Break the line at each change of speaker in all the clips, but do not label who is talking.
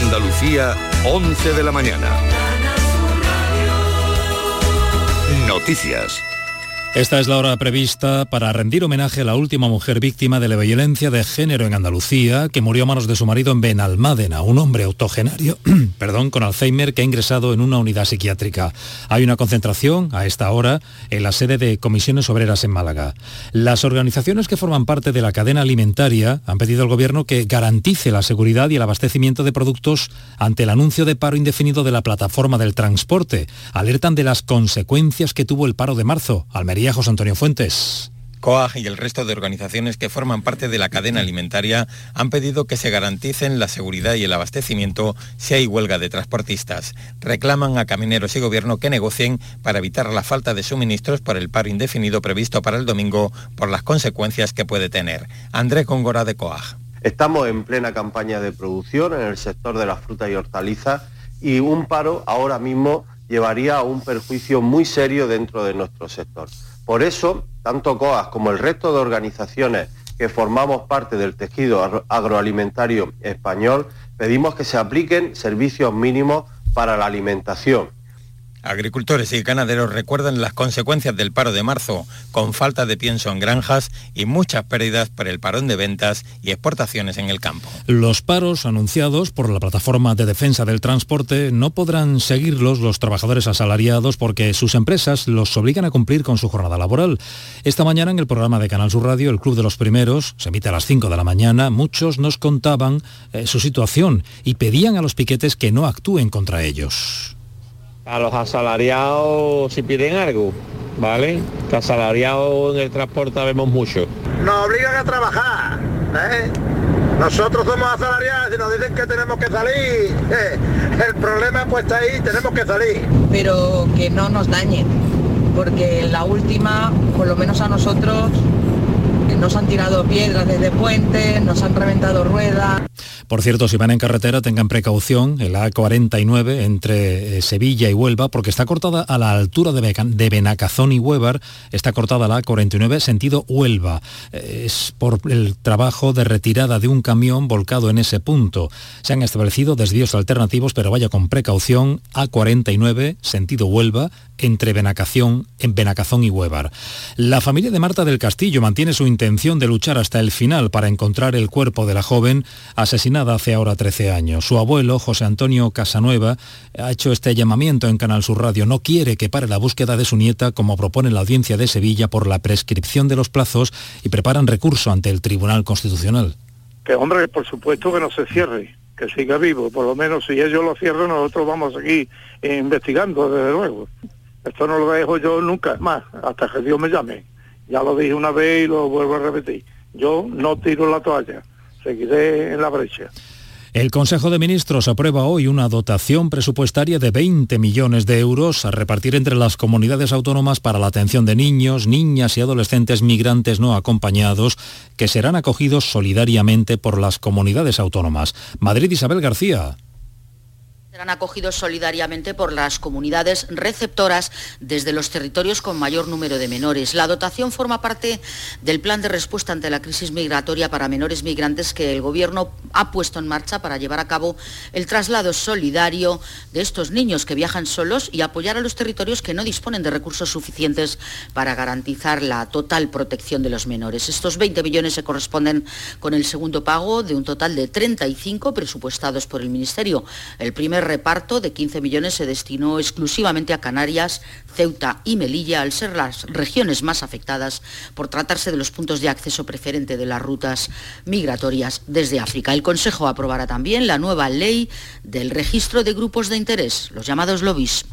Andalucía, 11 de la mañana. Noticias.
Esta es la hora prevista para rendir homenaje a la última mujer víctima de la violencia de género en Andalucía, que murió a manos de su marido en Benalmádena, un hombre autogenario, perdón, con Alzheimer que ha ingresado en una unidad psiquiátrica. Hay una concentración a esta hora en la sede de Comisiones Obreras en Málaga. Las organizaciones que forman parte de la cadena alimentaria han pedido al gobierno que garantice la seguridad y el abastecimiento de productos ante el anuncio de paro indefinido de la plataforma del transporte. Alertan de las consecuencias que tuvo el paro de marzo. Almería José Antonio Fuentes.
COAG y el resto de organizaciones que forman parte de la cadena alimentaria han pedido que se garanticen la seguridad y el abastecimiento si hay huelga de transportistas. Reclaman a camineros y gobierno que negocien para evitar la falta de suministros por el paro indefinido previsto para el domingo por las consecuencias que puede tener. Andrés Congora de COAG.
Estamos en plena campaña de producción en el sector de las frutas y hortalizas y un paro ahora mismo llevaría a un perjuicio muy serio dentro de nuestro sector. Por eso, tanto COAS como el resto de organizaciones que formamos parte del tejido agroalimentario español, pedimos que se apliquen servicios mínimos para la alimentación.
Agricultores y ganaderos recuerdan las consecuencias del paro de marzo, con falta de pienso en granjas y muchas pérdidas por el parón de ventas y exportaciones en el campo.
Los paros anunciados por la plataforma de defensa del transporte no podrán seguirlos los trabajadores asalariados porque sus empresas los obligan a cumplir con su jornada laboral. Esta mañana en el programa de Canal Sur Radio, el Club de los Primeros, se emite a las 5 de la mañana, muchos nos contaban eh, su situación y pedían a los piquetes que no actúen contra ellos.
A los asalariados si piden algo, ¿vale? Que asalariados en el transporte vemos mucho.
Nos obligan a trabajar, ¿eh? Nosotros somos asalariados y nos dicen que tenemos que salir. ¿eh? El problema pues está ahí, tenemos que salir.
Pero que no nos dañen, porque la última, por lo menos a nosotros, eh, nos han tirado piedras desde puentes, nos han reventado ruedas.
Por cierto, si van en carretera tengan precaución, el A49 entre eh, Sevilla y Huelva, porque está cortada a la altura de, Becan, de Benacazón y Huevar, está cortada la A49 sentido Huelva. Eh, es por el trabajo de retirada de un camión volcado en ese punto. Se han establecido desvíos alternativos, pero vaya con precaución, A49 sentido Huelva, entre Benacación, en Benacazón y Huevar. La familia de Marta del Castillo mantiene su intención de luchar hasta el final para encontrar el cuerpo de la joven asesinada hace ahora 13 años. Su abuelo, José Antonio Casanueva, ha hecho este llamamiento en Canal Sur Radio. No quiere que pare la búsqueda de su nieta como propone la audiencia de Sevilla por la prescripción de los plazos y preparan recurso ante el Tribunal Constitucional.
Que hombre, por supuesto que no se cierre, que siga vivo. Por lo menos si ellos lo cierran, nosotros vamos aquí investigando, desde luego. Esto no lo dejo yo nunca más, hasta que Dios me llame. Ya lo dije una vez y lo vuelvo a repetir. Yo no tiro la toalla, seguiré en la brecha.
El Consejo de Ministros aprueba hoy una dotación presupuestaria de 20 millones de euros a repartir entre las comunidades autónomas para la atención de niños, niñas y adolescentes migrantes no acompañados que serán acogidos solidariamente por las comunidades autónomas. Madrid Isabel García
serán acogidos solidariamente por las comunidades receptoras desde los territorios con mayor número de menores. La dotación forma parte del plan de respuesta ante la crisis migratoria para menores migrantes que el Gobierno ha puesto en marcha para llevar a cabo el traslado solidario de estos niños que viajan solos y apoyar a los territorios que no disponen de recursos suficientes para garantizar la total protección de los menores. Estos 20 millones se corresponden con el segundo pago de un total de 35 presupuestados por el Ministerio. El primer reparto de 15 millones se destinó exclusivamente a Canarias, Ceuta y Melilla, al ser las regiones más afectadas por tratarse de los puntos de acceso preferente de las rutas migratorias desde África. El Consejo aprobará también la nueva ley del registro de grupos de interés, los llamados lobbies.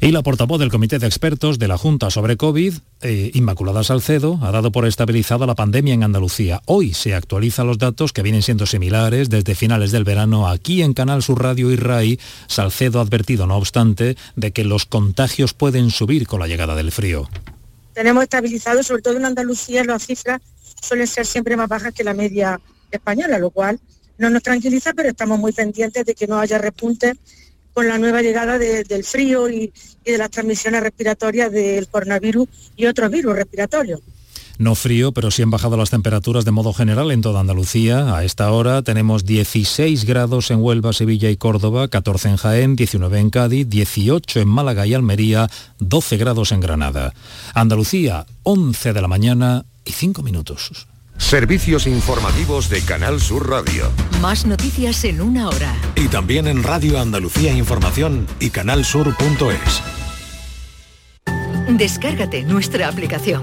Y la portavoz del Comité de Expertos de la Junta sobre COVID, eh, Inmaculada Salcedo, ha dado por estabilizada la pandemia en Andalucía. Hoy se actualizan los datos que vienen siendo similares desde finales del verano aquí en Canal Sur Radio y RAI. Salcedo ha advertido, no obstante, de que los contagios pueden subir con la llegada del frío.
Tenemos estabilizado, sobre todo en Andalucía, las cifras suelen ser siempre más bajas que la media española, lo cual no nos tranquiliza, pero estamos muy pendientes de que no haya repunte con la nueva llegada de, del frío y, y de las transmisiones respiratorias del coronavirus y otros virus respiratorios.
No frío, pero sí han bajado las temperaturas de modo general en toda Andalucía. A esta hora tenemos 16 grados en Huelva, Sevilla y Córdoba, 14 en Jaén, 19 en Cádiz, 18 en Málaga y Almería, 12 grados en Granada. Andalucía, 11 de la mañana y 5 minutos.
Servicios informativos de Canal Sur Radio.
Más noticias en una hora.
Y también en Radio Andalucía Información y canalsur.es.
Descárgate nuestra aplicación.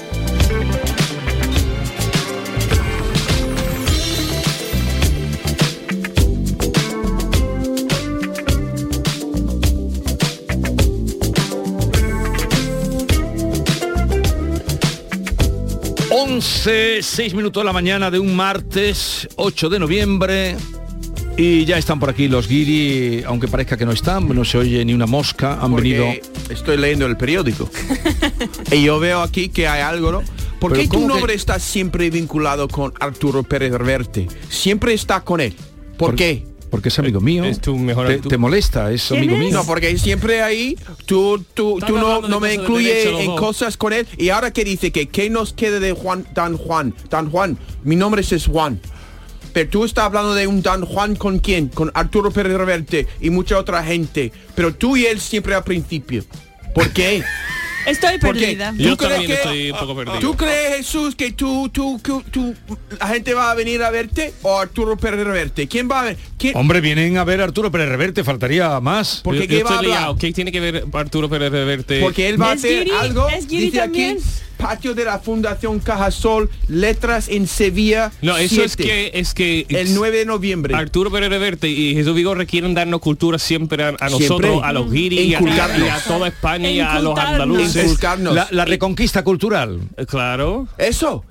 Once, seis minutos de la mañana de un martes 8 de noviembre. Y ya están por aquí los guiri, aunque parezca que no están, no se oye ni una mosca, han
Porque
venido...
Estoy leyendo el periódico. y yo veo aquí que hay algo, ¿no? ¿Por
Pero
qué tu
¿cómo que-
nombre está siempre vinculado con Arturo Pérez Reverte? Siempre está con él. ¿Por, qué?
Porque es amigo mío.
es tu mejor
te,
amigo.
te molesta, es amigo mío.
No, porque siempre ahí tú, tú, tú no, no me
cosas de derecha, los
incluyes en
dos.
cosas con él. Y ahora que dice que ¿qué nos quede de Juan, Dan Juan? Dan Juan, mi nombre es Juan. Pero tú estás hablando de un Dan Juan con quién? Con Arturo Pérez Reverte y mucha otra gente. Pero tú y él siempre al principio. ¿Por qué?
Estoy
¿Por qué?
perdida.
¿Tú crees que- ¿Tú crees, Jesús, que tú, tú, tú, tú- la gente va a venir a verte o Arturo Pérez Reverte? ¿Quién va a ver? ¿Quién?
Hombre, vienen a ver a Arturo Pérez Reverte, faltaría más.
Porque Yo- yo ¿qué va a estoy hablar? liado.
¿Qué tiene que ver Arturo Pérez Reverte?
Porque él va a hacer algo. dice aquí, patio de la Fundación Cajasol, letras en Sevilla.
No, eso es
7.
que es que
El 9 de noviembre.
Arturo Pérez Reverte y Jesús Vigorra quieren darnos cultura siempre a, a nosotros,
Siempre.
a los guiris, y a,
Inculcarnos.
y a toda España y a los
Inculcarnos.
andaluces.
Inculcarnos. La- la
reconquista cultural.
Claro.
Eso.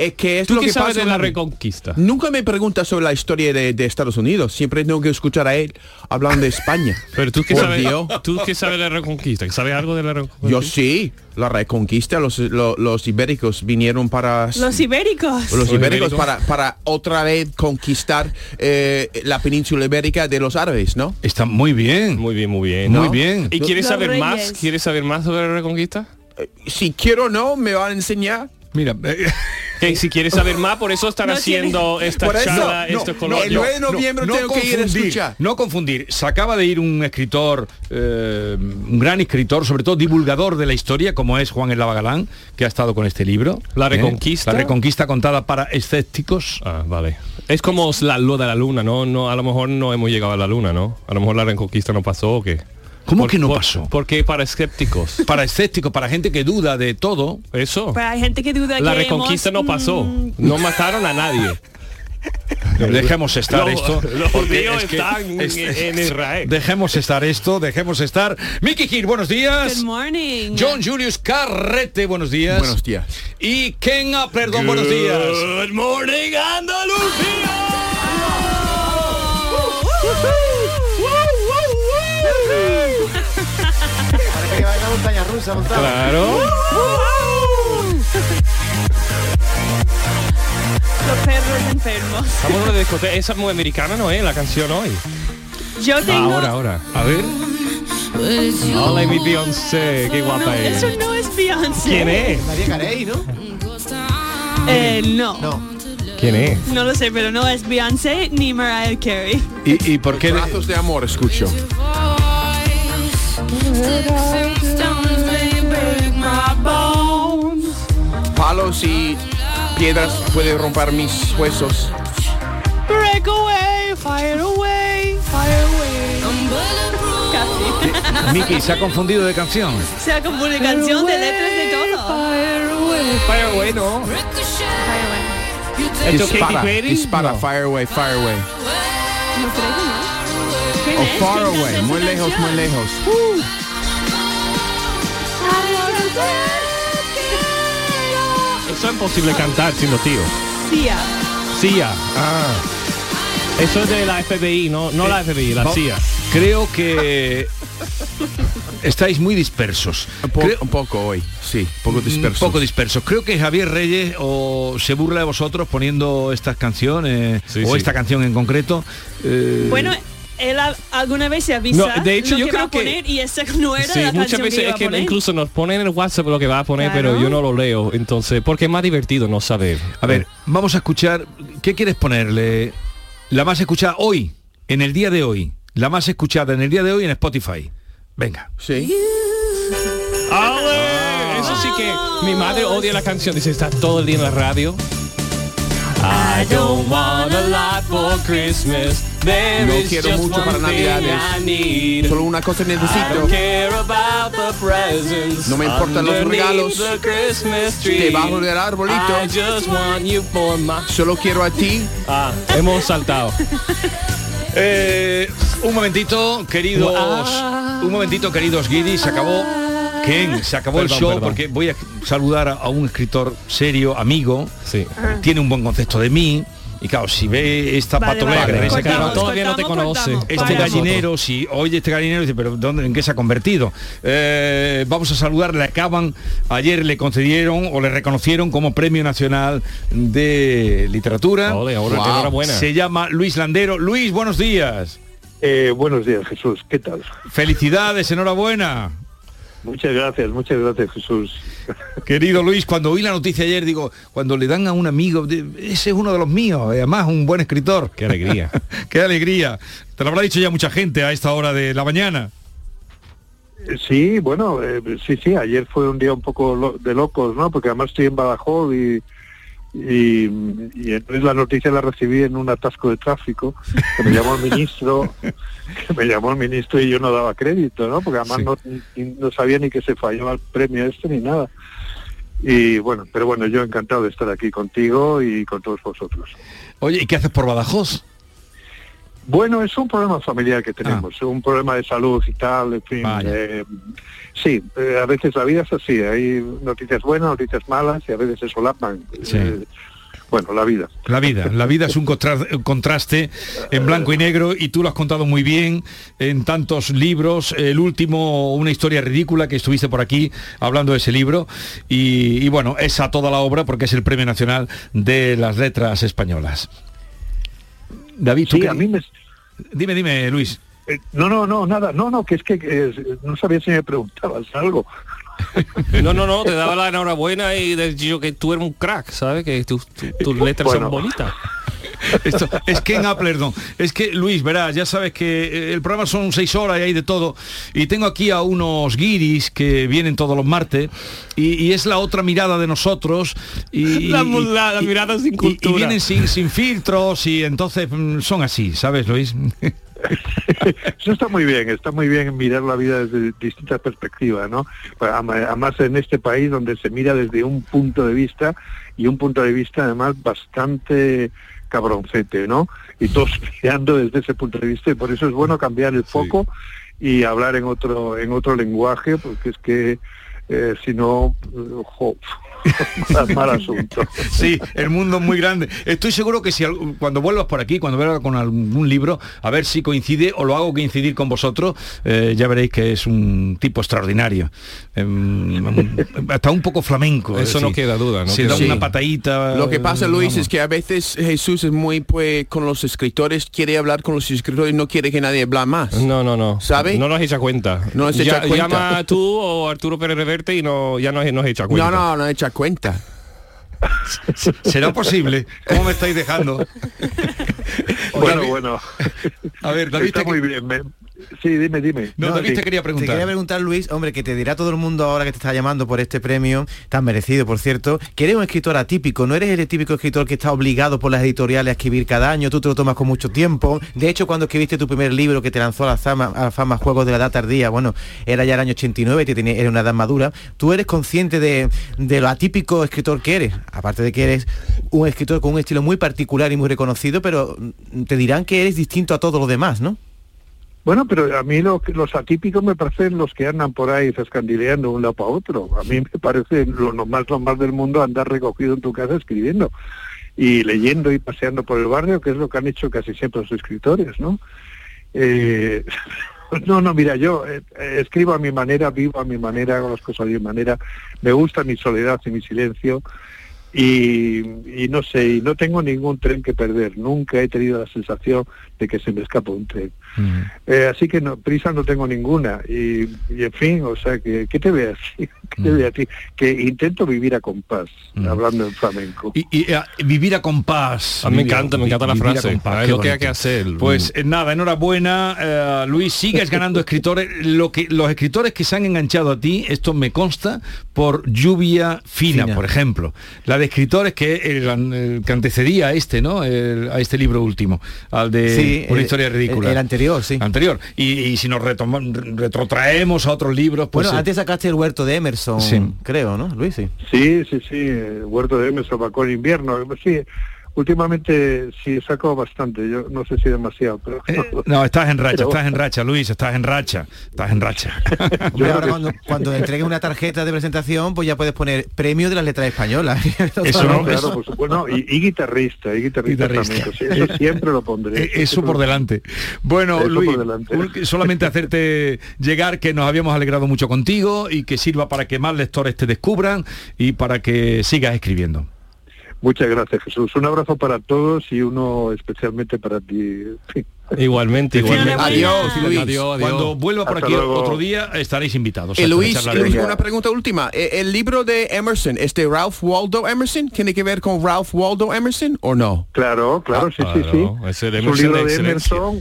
Es que es
¿Tú
lo
qué
que
sabes
pasa
de
en
la
la-
reconquista?
Nunca me preguntas sobre la historia de, de Estados Unidos. Siempre tengo que escuchar a él hablando de España.
Pero tú qué
Por
sabes,
Dios.
tú qué sabes de la reconquista, ¿sabes algo de la reconquista?
Yo sí, la reconquista, los, lo- los ibéricos vinieron para...
Los ibéricos.
Los ibéricos para, para otra vez conquistar eh, la península ibérica de los árabes, ¿no?
Está muy bien. Muy
bien, muy bien.
¿No?
Muy bien. ¿Y quieres
Los
saber más?
reyes.
¿Quieres saber más sobre la reconquista?
Eh, Si quiero o no, me van a enseñar.
Mira,
que si quieres saber más, por eso están
No
haciendo
tiene-
esta
Por eso,
charla,
no,
estos
no,
colores.
el 9 de noviembre tengo que ir a escuchar.
No confundir. Se acaba de ir un escritor, eh, un gran escritor, sobre todo divulgador de la historia, como es Juan Elaba Galán, que ha estado con este libro.
La
¿eh?
Reconquista.
La Reconquista contada para escépticos.
Ah, vale. Es como la luz de la luna, ¿no? no A lo mejor no hemos llegado a la luna, ¿no? A lo mejor la reconquista no pasó o qué.
¿Cómo que no
pasó? Porque para escépticos.
Para escépticos, para gente que duda de todo.
Eso.
Pero hay gente que duda
La
que
reconquista
hemos-
no pasó.
Mm,
No mataron a nadie.
Dejemos estar
Los-
esto.
los
porque
judíos
es que-
están
es-
en Israel.
Dejemos estar esto, dejemos estar. Mickey Gil, buenos días.
Good morning.
John Julius Carrete, buenos días.
Buenos días.
Y Ken perdón, buenos días.
Good morning, Andalucía.
montaña rusa, montaña.
Claro.
Los perros enfermos.
Estamos en una discoteca. Esa es muy americana, ¿no es? La canción hoy.
Yo tengo...
Ahora, ahora. A ver. Hola, mi Beyoncé. Qué
No,
guapa es.
eso no es Beyoncé.
¿Quién es?
María Carey, ¿no?
Eh, no. no.
¿Quién es?
lo sé, pero no es Beyoncé ni Mariah Carey.
¿Y, y por qué?
Brazos de amor, escucho. Palos y piedras pueden romper mis huesos.
Break away, fire away, fire away. Casi.
Mickey se ha confundido de canción.
Se ha confundido canción de letras de todo.
Fire away, no.
¿Esto es
dispara,
Katy Perry?
dispara, fire away, fire away.
No creo, ¿no? ¿Quién
Oh,
O
es?
Oh, far
¿Quién canta
away,
esa
muy lejos,
canción?
muy lejos.
Eso es imposible cantar siendo tío.
Sia.
CIA.
Ah. Eh,
Eso es de la FBI, no, no la FBI, la
Va-
CIA.
Creo que Estáis muy dispersos. Creo- Mm,
Un poco hoy, sí, un poco disperso.
poco dispersos. Creo que Javier Reyes o se burla de vosotros poniendo estas canciones o
sí.
esta canción en concreto. eh,
Bueno, él a- alguna vez se avisa.
No, de hecho,
lo
yo
que va
creo
a
que-
poner y esa no era
Sí,
la
muchas
canción
veces
que iba
es
a
que
poner.
incluso nos ponen en el WhatsApp lo que va a poner, pero yo no lo leo, entonces, porque es más divertido no saber. Eh.
A ver, vamos a escuchar. ¿Qué quieres ponerle? La más escuchada hoy, en el día de hoy. La más escuchada en el día de hoy en Spotify. Venga.
Sí.
¡Ale! Eso sí que mi madre odia la canción, dice, está todo el día en la radio. I don't want a lot for Christmas. There
No
is
quiero
just
mucho
one
para
thing
navidades.
I need.
Solo una cosa
I don't
necesito.
care about the presents
No me importan los
underneath
regalos.
the Christmas tree.
Debajo del arbolito.
I just want you for my-
Solo quiero a ti.
Ah, hemos saltado.
Eh, un momentito, queridos.
Ah.
Un momentito, queridos Guidi, se acabó. Ken, se acabó el
Perdón,
show
perdón.
porque voy a saludar a, a un escritor serio, amigo. Tiene un buen concepto de mí. Y claro, si ve esta
Ah. Vale,
patolera
vale,
que dice que
cortamos,
no-
Todavía no te cortamos, conoce. cortamos,
Este
paramos.
gallinero, si oye este gallinero, dice, pero ¿dónde, ¿en qué se ha convertido? Eh, vamos a saludar, le acaban, ayer le concedieron o le reconocieron como Premio Nacional de Literatura.
ahora, Wow. enhorabuena.
Se llama Luis Landero. Luis, buenos días.
Eh, buenos días, Jesús. ¿Qué tal?
Felicidades, enhorabuena.
Muchas gracias, muchas gracias, Jesús.
Querido Luis, cuando oí la noticia ayer, digo, cuando le dan a un amigo, de- ese es uno de los míos, y además un buen escritor. Qué
alegría.
Qué alegría. Te lo habrá dicho ya mucha gente a esta hora de la mañana.
Sí, bueno, eh, sí, sí, ayer fue un día un poco lo- de locos, ¿no? Porque además estoy en Badajoz y, y, y entonces la noticia la recibí en un atasco de tráfico, que me llamó el ministro, que me llamó el ministro y yo no daba crédito, ¿no? Porque además no, ni- no sabía ni que se falló al premio este ni nada. Y bueno, pero bueno, yo encantado de estar aquí contigo y con todos vosotros.
Oye, ¿y qué haces por Badajoz?
Bueno, es un problema familiar que tenemos,
Ah.
un problema de salud y tal, en fin. eh, sí, eh, a veces la vida es así, hay noticias buenas, noticias malas y a veces se solapan. eh, bueno, la vida.
La vida, la vida es un contra- un contraste en blanco y negro y tú lo has contado muy bien en tantos libros. El último, una historia ridícula que estuviste por aquí hablando de ese libro y, y bueno, es a toda la obra porque es el Premio Nacional de las Letras Españolas. David, ¿tú
Sí,
qué
a
di-
mí me...
Dime, dime, Luis.
eh, no, no, no, nada, no, no, que es que eh, no sabía si me preguntabas algo.
No, no, no, te daba la enhorabuena y de- yo que tú eres un crack, ¿sabes? Que tus tu- tus letras
Bueno.
son bonitas.
Esto, es que en Applerdon, es que Luis, verás, ya sabes que eh, el programa son seis horas y hay de todo. Y tengo aquí a unos guiris que vienen todos los martes y, y es la otra mirada de nosotros. Y,
La mu- la- la mirada sin
y- y
cultura.
vienen sin, sin filtros y entonces mm, son así, ¿sabes, Luis?
Eso está muy bien, está muy bien mirar la vida desde distintas perspectivas, ¿no? Pues, Ama- Además en este país donde se mira desde un punto de vista y un punto de vista además bastante cabroncete, ¿no? Y todos mirando desde ese punto de vista y por eso es bueno cambiar el foco y hablar en otro en otro lenguaje porque es que eh, si no eh, jo, mal- mal asunto.
Sí, el mundo es muy grande. Estoy seguro que si al- cuando vuelvas por aquí, cuando vuelvas con algún libro, a ver si coincide o lo hago coincidir con vosotros, eh, ya veréis que es un tipo extraordinario. Em, hasta un poco flamenco. es
Eso no
decir,
queda duda, ¿no?
Se
Queda
da
duda.
una patadita.
Lo que pasa,
eh,
Luis,
vamos.
es que a veces Jesús es muy pues con los escritores, quiere hablar con los escritores, no quiere que nadie hable más.
No, no, no.
¿Sabe?
No nos echa cuenta.
No nos echa
Ya-
cuenta.
Llama tú o Arturo Pérez Reverte y no, ya nos, nos echa cuenta.
No, no, no echa cuenta. Eh,
¿Será posible? ¿Cómo me estáis dejando?
Bueno, bueno.
A ver, David,
está
te-
muy bien. me- Sí, dime, dime. sí.
Te quería preguntar, Luis, hombre, que te dirá todo el mundo ahora que te está llamando por este premio, tan merecido, por cierto, que eres un escritor atípico, no eres el típico escritor que está obligado por las editoriales a escribir cada año, tú te lo tomas con mucho tiempo. De hecho, cuando escribiste tu primer libro que te lanzó a la fama, a la fama Juegos de la Edad Tardía, bueno, era ya el año 89 y te tenía- era una edad madura, tú eres consciente de, de lo atípico escritor que eres, aparte de que eres un escritor con un estilo muy particular y muy reconocido, pero mm, te dirán que eres distinto a todos los demás, ¿no?
Bueno, pero a mí lo que- los atípicos me parecen los que andan por ahí zascandileando de un lado para otro. A mí me parece lo no- más normal del mundo andar recogido en tu casa escribiendo y leyendo y paseando por el barrio, que es lo que han hecho casi siempre los escritores, ¿no? Eh, No, no, mira, yo eh, eh, escribo a mi manera, vivo a mi manera, hago las cosas de mi manera. Me gusta mi soledad y mi silencio. Y, y no sé, y no tengo ningún tren que perder. Nunca he tenido la sensación de que se me escapa un tren. Eh, así que no, prisa no tengo ninguna. Y, y en fin, o sea, que, ¿qué te voy a decir? ¿Qué te voy a decir? Que intento vivir a compás,
Mm.
hablando en flamenco.
Y, y, ah, vivir a compás.
Ah, me
Vivir a-
encanta, me encanta la
vivir a
frase.
compás,
Ah, es
qué
lo que hay
bonito.
que hacer.
Pues eh, nada, enhorabuena, eh, Luis, sigues ganando escritores. Lo que, los escritores que se han enganchado a ti, esto me consta, por lluvia fina,
Fina.
por ejemplo. La de escritores que, el an- el que antecedía a este, ¿no? El- a este libro último, al de
Sí,
Una
el-
historia
el-
ridícula.
el
anterior, sí. Anterior. Y, y si nos retoma- retrotraemos a otros libros, pues...
bueno,
eh,
antes sacaste el huerto de Emerson,
Sí.
creo, ¿no, Luis? Sí.
Sí, sí, sí, eh, Huerto de M Bacó el invierno. Sí, últimamente sí saco bastante, yo no sé si demasiado, pero...
No, estás en racha,
Pero
estás en racha, Luis, estás en racha, estás en racha.
Hombre, ahora cuando, cuando entregues una tarjeta de presentación, pues ya puedes poner premio de las letras españolas.
Eso no, claro, por supuesto. No, y, y guitarrista, y guitarrista,
Guitarrista.
flamenco, sí, eso siempre lo pondré.
Eh, Eso por delante. Bueno,
Eso
Luis,
por delante.
un- solamente hacerte llegar que nos habíamos alegrado mucho contigo y que sirva para que más lectores te descubran y para que sigas escribiendo.
Muchas gracias, Jesús. Un abrazo para todos y uno especialmente para ti.
Igualmente, igualmente.
Adiós, Luis.
Cuando vuelva por
Hasta
aquí
luego.
otro día estaréis invitados. a
Eh,
esta
Luis,
charla de
Luis,
libro.
una pregunta última. Eh, ¿El libro de Emerson, este Ralph Waldo Emerson, tiene que ver con Ralph Waldo Emerson o no?
Claro, claro, sí, sí, sí.
Ah, claro. Es el
un
Emerson
libro
de
de
excelencia.
Emerson.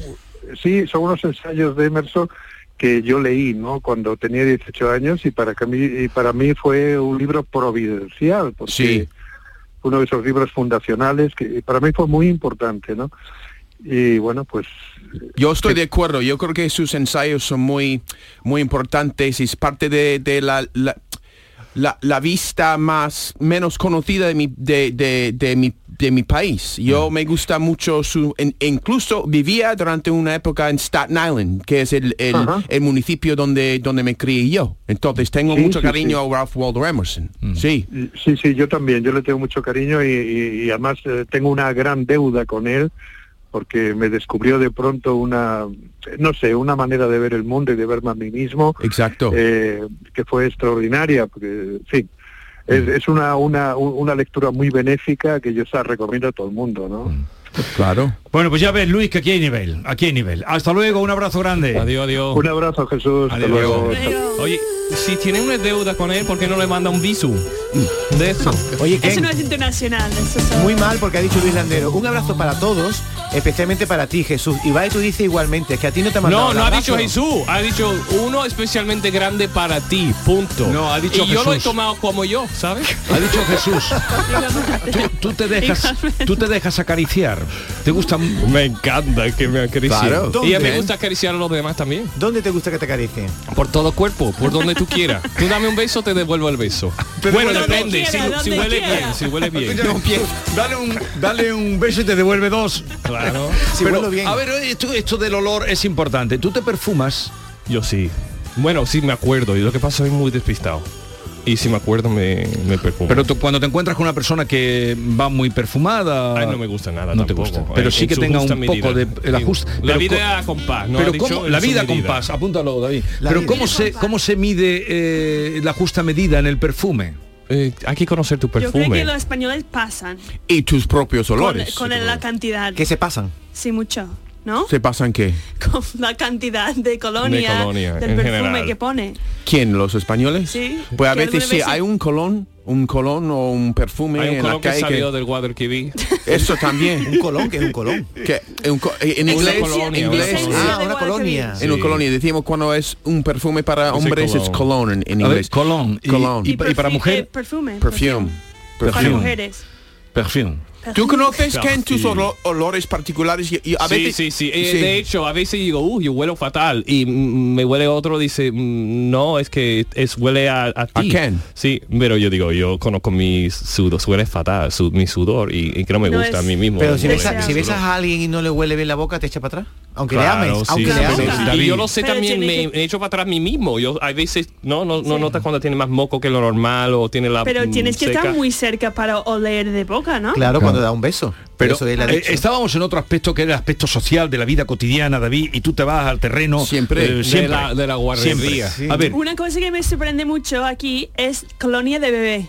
Sí, son unos ensayos de Emerson que yo leí, ¿no? Cuando tenía 18 años y para que a mí y para mí fue un libro providencial, porque fue uno de esos libros fundacionales que para mí fue muy importante, ¿no? Y bueno, pues
Yo estoy de acuerdo. Yo creo que sus ensayos son muy, muy importantes y es parte de, de la, la, la- la vista más menos conocida de mi, de, de- de mi, de mi país.
Mm.
Yo me gusta mucho su... en- incluso vivía durante una época en Staten Island, que es el, el-
Ajá.
el municipio donde, donde me crié yo. Entonces tengo
Sí,
mucho
sí,
cariño
sí.
a Ralph Waldo Emerson. Sí.
Sí, sí, yo también, yo le tengo mucho cariño y, y- y además eh, tengo una gran deuda con él porque me descubrió de pronto una, no sé, una manera de ver el mundo y de verme a mí mismo.
Exacto.
eh, que fue extraordinaria, porque, en fin,
Mm.
es, es una, una, una lectura muy benéfica que yo se la recomiendo a todo el mundo, ¿no?
Claro.
Bueno, pues ya ves, Luis, que aquí hay nivel, aquí hay nivel. Hasta luego, un abrazo grande. Eh,
Adiós, adiós.
Un abrazo, Jesús. Hasta luego.
Oye, si tiene una deuda con él, ¿por qué no le manda un visum? De eso.
Oye,
¿qué?
Ken,
Eso no es internacional, eso es
muy mal porque ha dicho Luis Landero. Un abrazo para todos, especialmente para ti, Jesús. Y va y tú dices igualmente, es que a ti no te ha mandado
No, no
el
ha
abrazo.
dicho Jesús, ha dicho uno especialmente grande para ti, punto.
No, ha dicho
y yo lo he
Jesús.
tomado como yo, ¿sabes?
Ha dicho Jesús. tú, tú te dejas, tú te dejas acariciar. Te gusta.
Me encanta que me acaricien.
Claro.
Y a mí
¿Dónde?
me gusta acariciar a los demás también.
¿Dónde te gusta que te acaricien?
Por todo cuerpo, por donde tú quieras. Tú dame un beso, te devuelvo el beso. bueno,
devuelvo
depende,
donde
si,
quiera,
si
donde
huele
quiera.
bien, si huele bien.
Escúchame, dale, un, dale un beso y te devuelve dos.
Claro.
Si
Pero,
huelo bien.
A ver, esto, esto del olor es importante. Tú te perfumas.
Yo sí. Bueno, sí me acuerdo. Y lo que pasa es muy despistado. Y si me acuerdo me, me perfumo.
Pero tú- cuando te encuentras con una persona que va muy perfumada...
Ay, no me gusta nada
No
tampoco.
te gusta. Pero
En-
sí
en
que
su
tenga un
justa
poco de...
medida.
el ajuste.
La
Pero
vida
co-
a compás, ¿no? Ha
Pero
dicho
cómo,
en
la
su
vida a
medida.
compás, apúntalo, David.
La
pero
vida
¿cómo se, ¿cómo se mide eh, la justa medida en el perfume?
Eh, hay que conocer tu
Yo creo que los españoles pasan
Y tus propios
con,
olores.
con la cantidad.
¿Qué se pasan?
Sí, mucho, ¿no?
¿Se pasan qué?
Con la cantidad de colonia,
colonia,
del
en
perfume
general.
que pone.
¿Quién? ¿Los españoles?
Sí.
Pues a
Que
veces
alguna
sí,
vez
hay un colón, un colón o un perfume
Hay un
en
colón
la
que
calle que-
salió del Guadalquivir.
Eso también.
Un colón, que es un colón.
Que, un co- eh, en
Una
inglés,
colonia,
en
una
inglés-
colonia.
Ah, una colonia.
En una colonia decimos cuando es un perfume para hombres es cologne en, en
A ver,
inglés.
colón. Y-
Cologne.
y- y para
perfu-
mujer-
eh, perfume.
Perfume.
Para
Perfume.
mujeres.
Perfume.
¿Tú conoces que en tus
Perfume.
olo- olores particulares? Y, y a veces,
Ah, sí, sí, sí. Eh, De hecho, a veces digo, uh, yo huelo fatal. Y mm, me huele otro, dice, mm, no, es que es huele a, a ti.
Ken?
Sí, pero yo digo, yo conozco mi sudor, huele fatal, su- mi sudor, y, y que no me
No
gusta a
es-
mí mismo.
Pero si
me
besas,
huele
si
mi
besas
sudor.
a alguien y no le huele bien la boca, te echa para atrás. Aunque le
Claro,
ames,
sí,
aunque
sí,
le
pero-
ames.
y yo lo sé
Pero
también,
tiene
me,
que-
me echo para atrás a mí mismo. Yo a veces no, no, no notas cuando tiene más moco que lo normal o tiene la
Pero
mm,
tienes que estar
seca.
muy cerca para oler de boca, ¿no?
Claro, cuando da un beso.
Pero
Eso él ha
eh,
dicho.
estábamos en otro aspecto que era el aspecto social de la vida cotidiana, David, y tú te vas al terreno
Siempre.
eh,
De
siempre.
la- de la guardería.
Siempre.
Sí.
A ver,
Una cosa que me sorprende mucho aquí es colonia de bebé.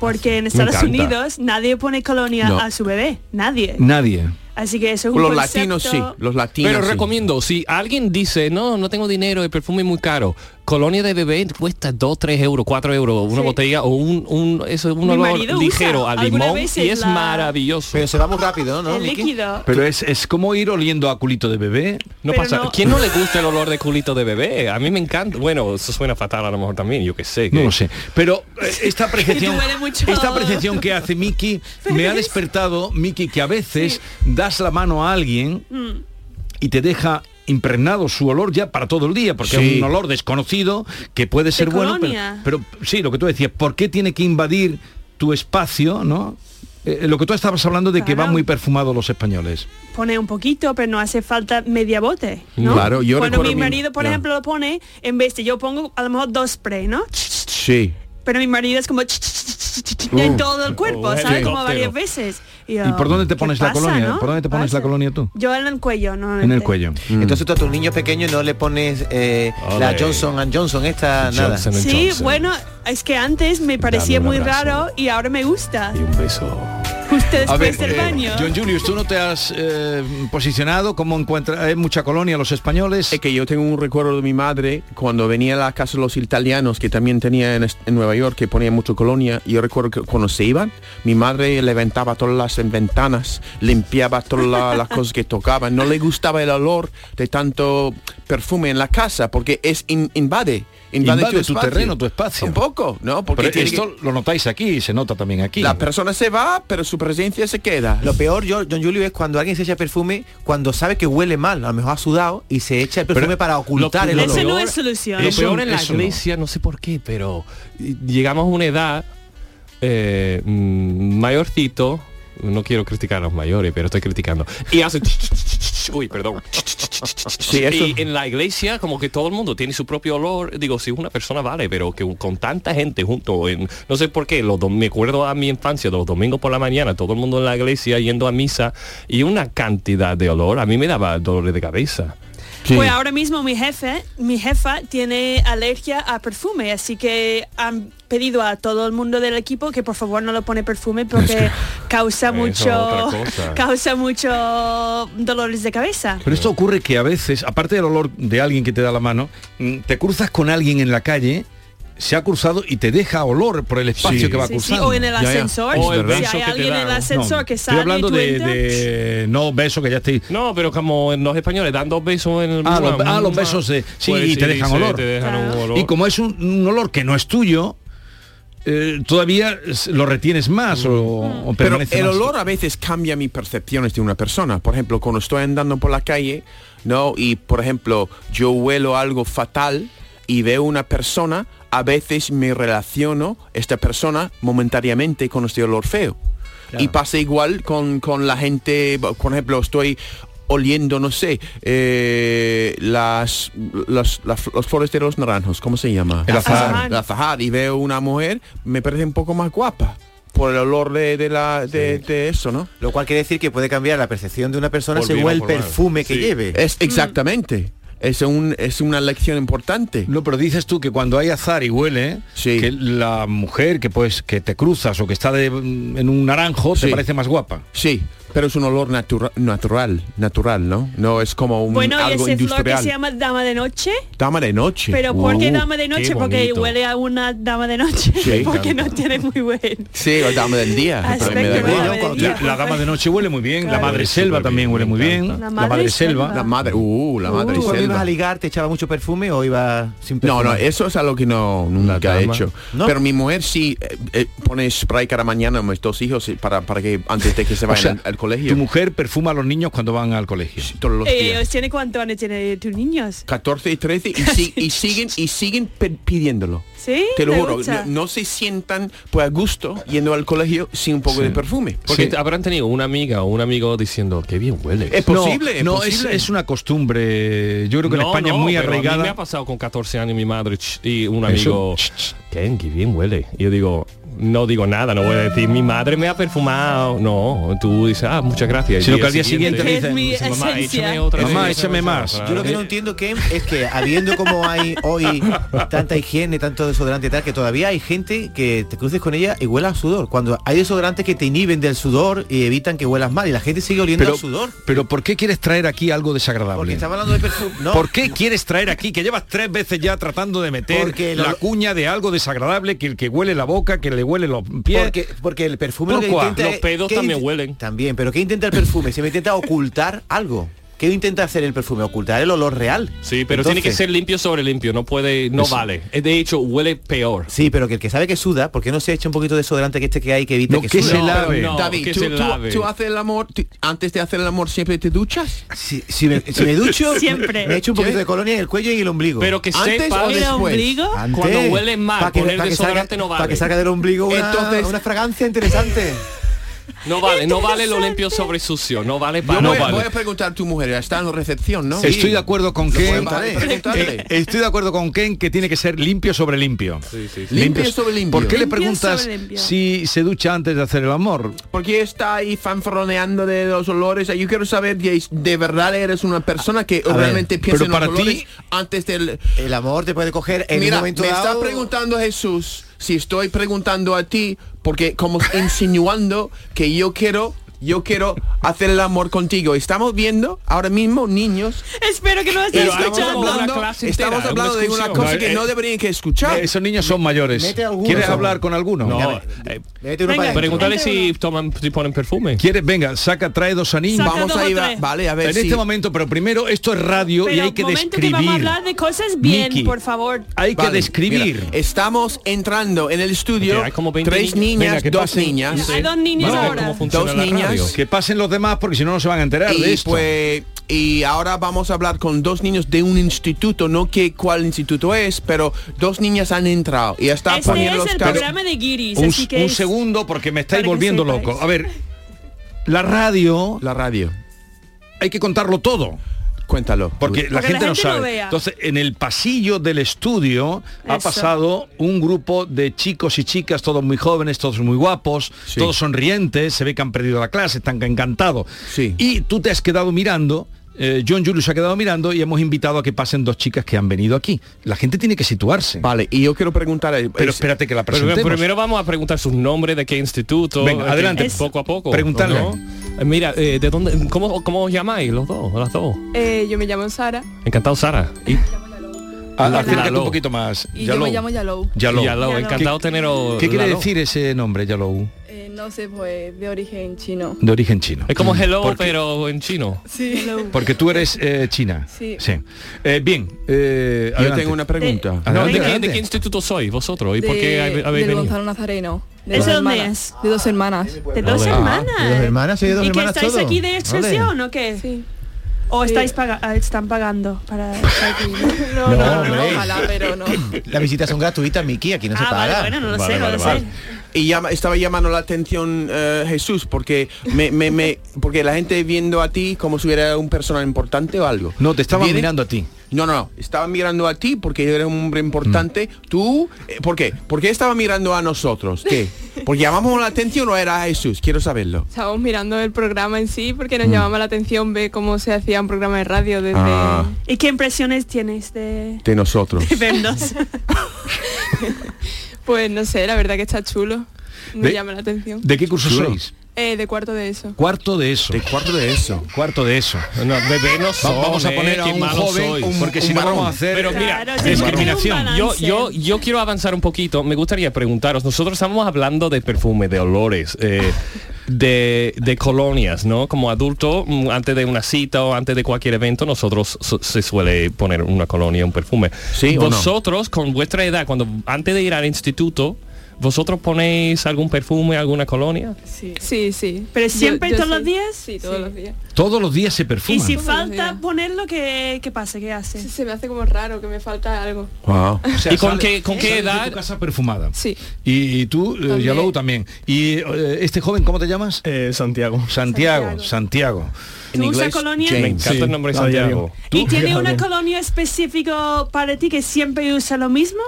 Porque en
Ah, Me
Estados
encanta.
Unidos nadie pone colonia
No.
a su bebé. Nadie.
nadie.
Así que eso es un concepto-
los latinos
Pero
sí.
recomiendo, si alguien dice, no, no tengo dinero, el perfume es muy caro, colonia de bebé cuesta 2, 3 euros, 4 euros, una botella o un, un, eso, un
Mi
olor
marido usa
ligero a
algunas
limón
veces
y es
la-
maravilloso.
Pero se va muy rápido,
El líquido.
Pero es, es como ir oliendo a culito de bebé.
No
Pero
pasa.
no-
¿Quién no le gusta el olor de culito de bebé? A mí me encanta. Bueno, eso suena fatal a lo mejor también, yo qué sé.
No lo sé. Pero eh, esta percepción,
Te duele mucho.
esta percepción que hace Miki me ha despertado, Miki, que a veces das la mano a alguien
Mm.
y te deja impregnado su olor ya para todo el día, porque
Sí.
es un olor desconocido que puede ser bueno, pero,
colonia.
pero sí, lo que tú decías, ¿por qué tiene que invadir tu espacio, no? Eh, lo que tú estabas hablando de que van muy perfumados los españoles.
pone un poquito, pero no hace falta media bote, ¿no?
Claro, yo
Cuando
recuerdo
mi
mi-
marido, por
ya.
ejemplo, lo pone, en vez de yo pongo a lo mejor dos spray, ¿no?
Sí.
Pero mi marido es como en todo el cuerpo,
Oh,
¿sabes? Como
helicóptero.
varias veces. yo,
¿Y por dónde te
¿qué
pones la
pasa,
colonia?
no?
¿Por dónde te pones la colonia tú?
Yo en el cuello, no
En el cuello.
Entonces tú a tus niños pequeños no le pones eh, la
Ole.
Johnson and Johnson esta
Johnson
nada.
and
Sí, bueno, es que antes me parecía
un
muy
abrazo.
raro y ahora me gusta.
un beso.
Justo
A
después
ver,
del
eh,
baño.
John Julius, tú no te has eh, posicionado, ¿cómo encuentras? Hay mucha colonia los españoles.
Es que yo tengo un recuerdo de mi madre cuando venía a la casa de los italianos que también tenía en, est- en Nueva York que ponía mucho colonia. Yo recuerdo que cuando se iban, mi madre levantaba todas las ventanas, limpiaba todas la- las cosas que tocaban. No le gustaba el olor de tanto perfume en la casa porque es in- invade. Invade,
Invade tu
espacio.
terreno, tu espacio.
Un poco, ¿no? Porque
Pero
tiene que-
esto lo notáis aquí, y se nota también aquí.
la persona se va, pero su presencia se queda.
Lo peor, yo, John Julio, es cuando alguien se echa perfume cuando sabe que huele mal, a lo mejor ha sudado y se echa el perfume para ocultar el
Lo
olor.
peor- Lo
Eso-
peor en la
eso no.
iglesia, no. sé por qué, pero llegamos a una edad eh, mm, mayorcito. No quiero criticar a los mayores, pero estoy criticando. Y hace... Uy, perdón.
eso-
Y en la iglesia como que todo el mundo tiene su propio olor. Digo, si una persona vale, pero que con tanta gente junto, en- no sé por qué, los dom- me acuerdo a mi infancia, los domingos por la mañana, todo el mundo en la iglesia yendo a misa y una cantidad de olor, a mí me daba dolores de cabeza.
Pues ahora mismo mi jefe, mi jefa tiene alergia a perfume, así que han pedido a todo el mundo del equipo que por favor no lo pone perfume porque causa
Eso,
mucho
otra cosa.
causa mucho dolores de cabeza.
Pero esto ocurre que a veces, aparte del olor de alguien que te da la mano, mm, te cruzas con alguien en la calle, se ha cruzado y te deja olor por el espacio
Sí.
que va
Sí, sí,
cruzando.
o en el ascensor,
Es
O el
verdad.
beso si hay que te alguien da, en el ¿no? ascensor que
Estoy
sale
hablando
y tú
de,
entras.
de- no beso que ya estoy.
No, pero como en los españoles dan dos besos en el
Ah, los, ah, los besos de sí
Pues
y te
sí,
dejan
sí,
olor.
te dejan un Claro. olor.
Y como es un, un olor que no es tuyo, eh, todavía es- lo retienes más o,
Mm.
o
Pero
permanece
el
más.
olor a veces cambia mis percepciones de una persona. Por ejemplo, cuando estoy andando por la calle, ¿no? Y, por ejemplo, yo huelo algo fatal y veo una persona, a veces me relaciono esta persona momentáneamente con este olor feo. Y pasa igual con, con la gente, por ejemplo, estoy oliendo, no sé, eh, las, las, las fl- las flores de los naranjos, ¿cómo se llama?
El azahar.
El azahar. Y veo una mujer, me parece un poco más guapa por el olor de, de la, de, de eso, ¿no?
Lo cual quiere decir que puede cambiar la percepción de una persona
Por bien
según
o
el
por mal.
perfume que
Sí.
lleve.
Es exactamente. Es, un, es una lección importante.
No, pero dices tú que cuando hay azar y huele, que la mujer que pues que te cruzas o que está de- en un naranjo te
Sí.
parece más guapa.
Sí, pero es un olor natura- natural, natural, ¿no? No es como un,
Bueno, y
algo
ese flor que
industrial.
se llama dama de noche,
Dama de noche.
pero ¿por qué
Uh,
dama de noche? Porque huele a una dama de noche,
Sí.
porque no tiene muy buen.
Sí, o dama del día.
Aspecto
pero me da
nuevo
igual.
del día.
La dama de noche huele muy bien, la madre selva también huele muy bien, la madre, selva.
Ah.
La madre, uh, la madre
¿Tú cuando ibas
selva.
a ligar te echaba mucho perfume o ibas sin
No,
perfume?
no, eso es algo que no nunca he hecho.
¿No?
Pero mi mujer sí eh, eh, pone spray cada mañana a mis dos hijos eh, para, para que antes de que se
O
vayan
sea,
al, al colegio.
Tu mujer perfuma a los niños cuando van al colegio.
Todos los
Eh,
días.
¿Tiene cuántos años tiene tus niños?
14 y 13 y, si- y siguen y siguen pe- pidiéndolo.
Sí,
Te lo
¿Te
juro,
gusta?
no, no se sientan pues a gusto yendo al colegio sin un poco de perfume.
Porque
Sí.
te- habrán tenido una amiga o un amigo diciendo, qué bien huele.
Es posible, es
No, no,
posible.
Es, es una costumbre, yo creo que en
No,
España
no,
es muy
pero a mí me
arraigada.
ha pasado con 14 años mi madre ch, y un
Eso.
amigo, "Ch, ch, Ken, qué bien huele. Y yo digo, no digo nada, no voy a decir mi madre me ha perfumado. No, tú dices, ah, muchas gracias.
Sino que al día siguiente le dicen, Es mi
mamá,
esencia".
échame otra.
Mamá,
vez".
échame más.
Claro.
Yo lo que no entiendo, Ken, es que habiendo como hay hoy tanta higiene, tanto desodorante y tal, que todavía hay gente que te cruces con ella y huela a sudor. Cuando hay desodorantes que te inhiben del sudor y evitan que huelas mal y la gente sigue oliendo
Pero,
a sudor.
pero ¿por qué quieres traer aquí algo desagradable?
Estaba hablando de perfume. No,
¿Por qué quieres traer aquí que llevas tres veces ya tratando de meter
Porque el
la
olor-
cuña de algo desagradable que el que huele la boca, que le huele los pies?
Porque, porque el perfume lo
¿Por
que
cuál?
intenta
Los
es-
pedos
¿qué
también
int-
huelen.
También, pero ¿qué intenta el perfume? Se me intenta ocultar algo. ¿Qué intenta hacer el perfume? Ocultar el olor real.
Sí, pero tiene que
Entonces-
ser limpio sobre limpio, no puede, no
Eso.
vale. Eh, De hecho, huele peor.
Sí, pero que el que sabe que suda, ¿por qué no se echa un poquito de desodorante que este que hay que evita que, suda?
David, tú, tú- tú
eh,
haces el amor, tú- antes de hacer el amor siempre te duchas.
Si, me, si me ducho, Siempre. me echo un poquito de colonia en el cuello y en el ombligo.
Pero que
¿Antes
sepa-
o
¿Mira
después?
ombligo?
Antes.
Cuando huele mal,
Pa' que-
poner
pa' que
desodorante
saca-
no vale.
pa' que saca del ombligo una,
Entonces-
una fragancia interesante.
No vale, no vale lo limpio sobre sucio, no vale
Yo
para no
voy,
vale.
voy a preguntar a tu mujer, está en la recepción, ¿no?
Estoy de acuerdo con
Lo
Ken.
puedes preguntarle.
Eh, Estoy de acuerdo con Ken que tiene que ser limpio sobre limpio.
Limpio sobre limpio.
¿Por qué le
Limpio
preguntas
sobre limpio.
si se ducha antes de hacer el amor?
Porque está ahí fanfroneando de los olores. Yo quiero saber si de verdad eres una persona que
A ver,
realmente piensa
pero
en los
para ti-
olores antes del...
El amor te puede coger en
Mira,
un momento
me
dado.
está preguntando Jesús si estoy preguntando a ti porque como insinuando que yo quiero... Yo quiero hacer el amor contigo. Estamos viendo ahora mismo niños.
Espero que no estés
Estamos
escuchando.
hablando-
Una clase entera,
estamos
una
hablando de una
excursión.
cosa
No,
que
eh,
no deberían que escuchar.
Eh, Esos niños son mayores.
Mete alguno,
¿Quieres
son-
hablar con alguno?
No,
uno para adentro.
Eh, pregúntale si toman, si ponen perfume.
¿Quieres? Venga, saca, trae dos anillos.
Saca Vamos dos o ahí, va- tres. vale, a ver
En
si-
este momento, pero primero esto es radio y
Pero
hay que
momento que vamos a
describir.
hablar de cosas bien,
Miki.
por favor.
Vale, mira, estamos entrando en el estudio.
Ok, hay como 20
tres
niños.
niñas,
Venga, que
dos
pasen.
niñas.
Hay dos niñas Vale, ahora. cómo funciona
Dos
la
niñas.
radio. Que pasen los demás porque si no no se van a enterar
y,
de esto.
Pues, y ahora vamos a hablar con dos niños de un instituto, no que cuál instituto es, pero dos niñas han entrado y está
Este
poniendo
es
los
el
cables.
programa de Guiris,
un,
así que
un
es-
segundo porque me estáis
para que
volviendo
sepáis.
loco. A ver, la radio.
La radio.
Hay que contarlo todo.
Cuéntalo.
Porque, la, gente no sabe.
vea.
Entonces, en el pasillo del estudio ha
Eso.
pasado un grupo de chicos y chicas, todos muy jóvenes, todos muy guapos, todos sonrientes, se ve que han perdido la clase, están encantados. Y tú te has quedado mirando. eh, John Julius se ha quedado mirando y hemos invitado a que pasen dos chicas que han venido aquí. La gente tiene que situarse.
Vale, y yo quiero preguntar... eh,
Pero espérate que la
Pero
presentemos.
primero vamos a preguntar sus nombres, de qué instituto.
Venga,
en fin,
adelante.
es- Poco a poco.
Preguntarle.
¿no? Eh, Mira, eh, ¿de dónde, cómo, cómo os llamáis los dos, las dos?
Eh, yo me llamo Sara
Encantado, Sara. Y,
Ah,
La-
acércate
Lalo.
un poquito más.
y yo me llamo Yalou.
Yalou.
Yalou,
¿Qué-
encantado teneros,
¿Qué quiere
Lalo.
decir ese nombre, Yalou?
Eh, no sé, pues de origen chino.
De origen chino.
Es como hello,
Porque-
pero en chino.
Sí.
Porque tú eres eh, china.
Sí.
Eh, bien. eh,
Yo
adelante.
tengo una pregunta.
No,
No, ¿de,
adelante,
qué-
adelante.
de qué instituto sois vosotros? ¿Y
de,
por qué habe- habéis
del
venido?
Gonzalo Nazareno. De
¿Eso
dos
dónde
hermanas. De dos hermanas.
De dos
Ah,
hermanas.
de dos hermanas, sí, de dos
¿Y que
hermanas
estáis
todo.
aquí de excursión o qué? ¿O
Sí.
estáis paga- ah, están pagando para estar aquí?
No, no, hombre.
Ojalá, pero no.
Las visitas son gratuitas, Miki, aquí no se
Ah,
paga.
vale, bueno, no lo Vale, sé, no vale, lo vale. sé.
Y llama- estaba llamando la atención eh, Jesús porque me, me- me- porque la gente viendo a ti como si hubiera un personal importante o algo.
No, te estaban
Vienen-
mirando a ti.
No, no, no, estaban mirando a ti porque eres un hombre importante.
Mm.
¿Tú? eh, ¿Por qué? ¿Por qué estaban mirando a nosotros? ¿Qué? ¿Porque llamamos la atención o era a Jesús? Quiero saberlo.
Estábamos mirando el programa en sí porque
Mm.
nos llamaba la atención ver cómo se hacía un programa de radio desde...
Ah.
¿Y qué impresiones tienes de,
De nosotros.
de vernos?
Pues no sé, la verdad que está chulo. Me
De-
llama la atención.
¿De qué curso sois?
Eh, de cuarto de eso.
Cuarto de eso. De
cuarto de eso.
Cuarto de eso.
bebé no
Va- Vamos a
son,
poner
eh,
a
qué
un
malo
joven,
sois.
porque si no vamos a hacer
Pero mira,
Claro, tenemos que tener un
discriminación. Yo,
balance.
yo, yo quiero avanzar un poquito. Me gustaría preguntaros, nosotros estamos hablando de perfume, de olores, eh, de, de colonias, ¿no? Como adulto, mm, antes de una cita o antes de cualquier evento, nosotros su- se suele poner una colonia, un perfume.
Sí, ¿o no?
Vosotros, con vuestra edad, cuando antes de ir al instituto, ¿vosotros ponéis algún perfume, alguna colonia?
Sí, sí.
¿Pero siempre, todos los días?
Sí, todos los días.
Todos los días se perfuma.
¿Y si falta ponerlo, qué, qué pasa? ¿Qué hace?
Se me hace como raro que me falta algo.
¿Y con qué- con qué edad?
Tu casa perfumada.
Sí.
Y, y tú, eh,
También.
Yalou, también. ¿Y eh, este joven, cómo te llamas? Santiago. Santiago, Santiago.
¿Tú usas colonia?
James.
Me encanta el
nombre
Sí.
Santiago.
Tú-
¿Y tiene una
Javier.
colonia específica para ti que siempre usa lo mismo?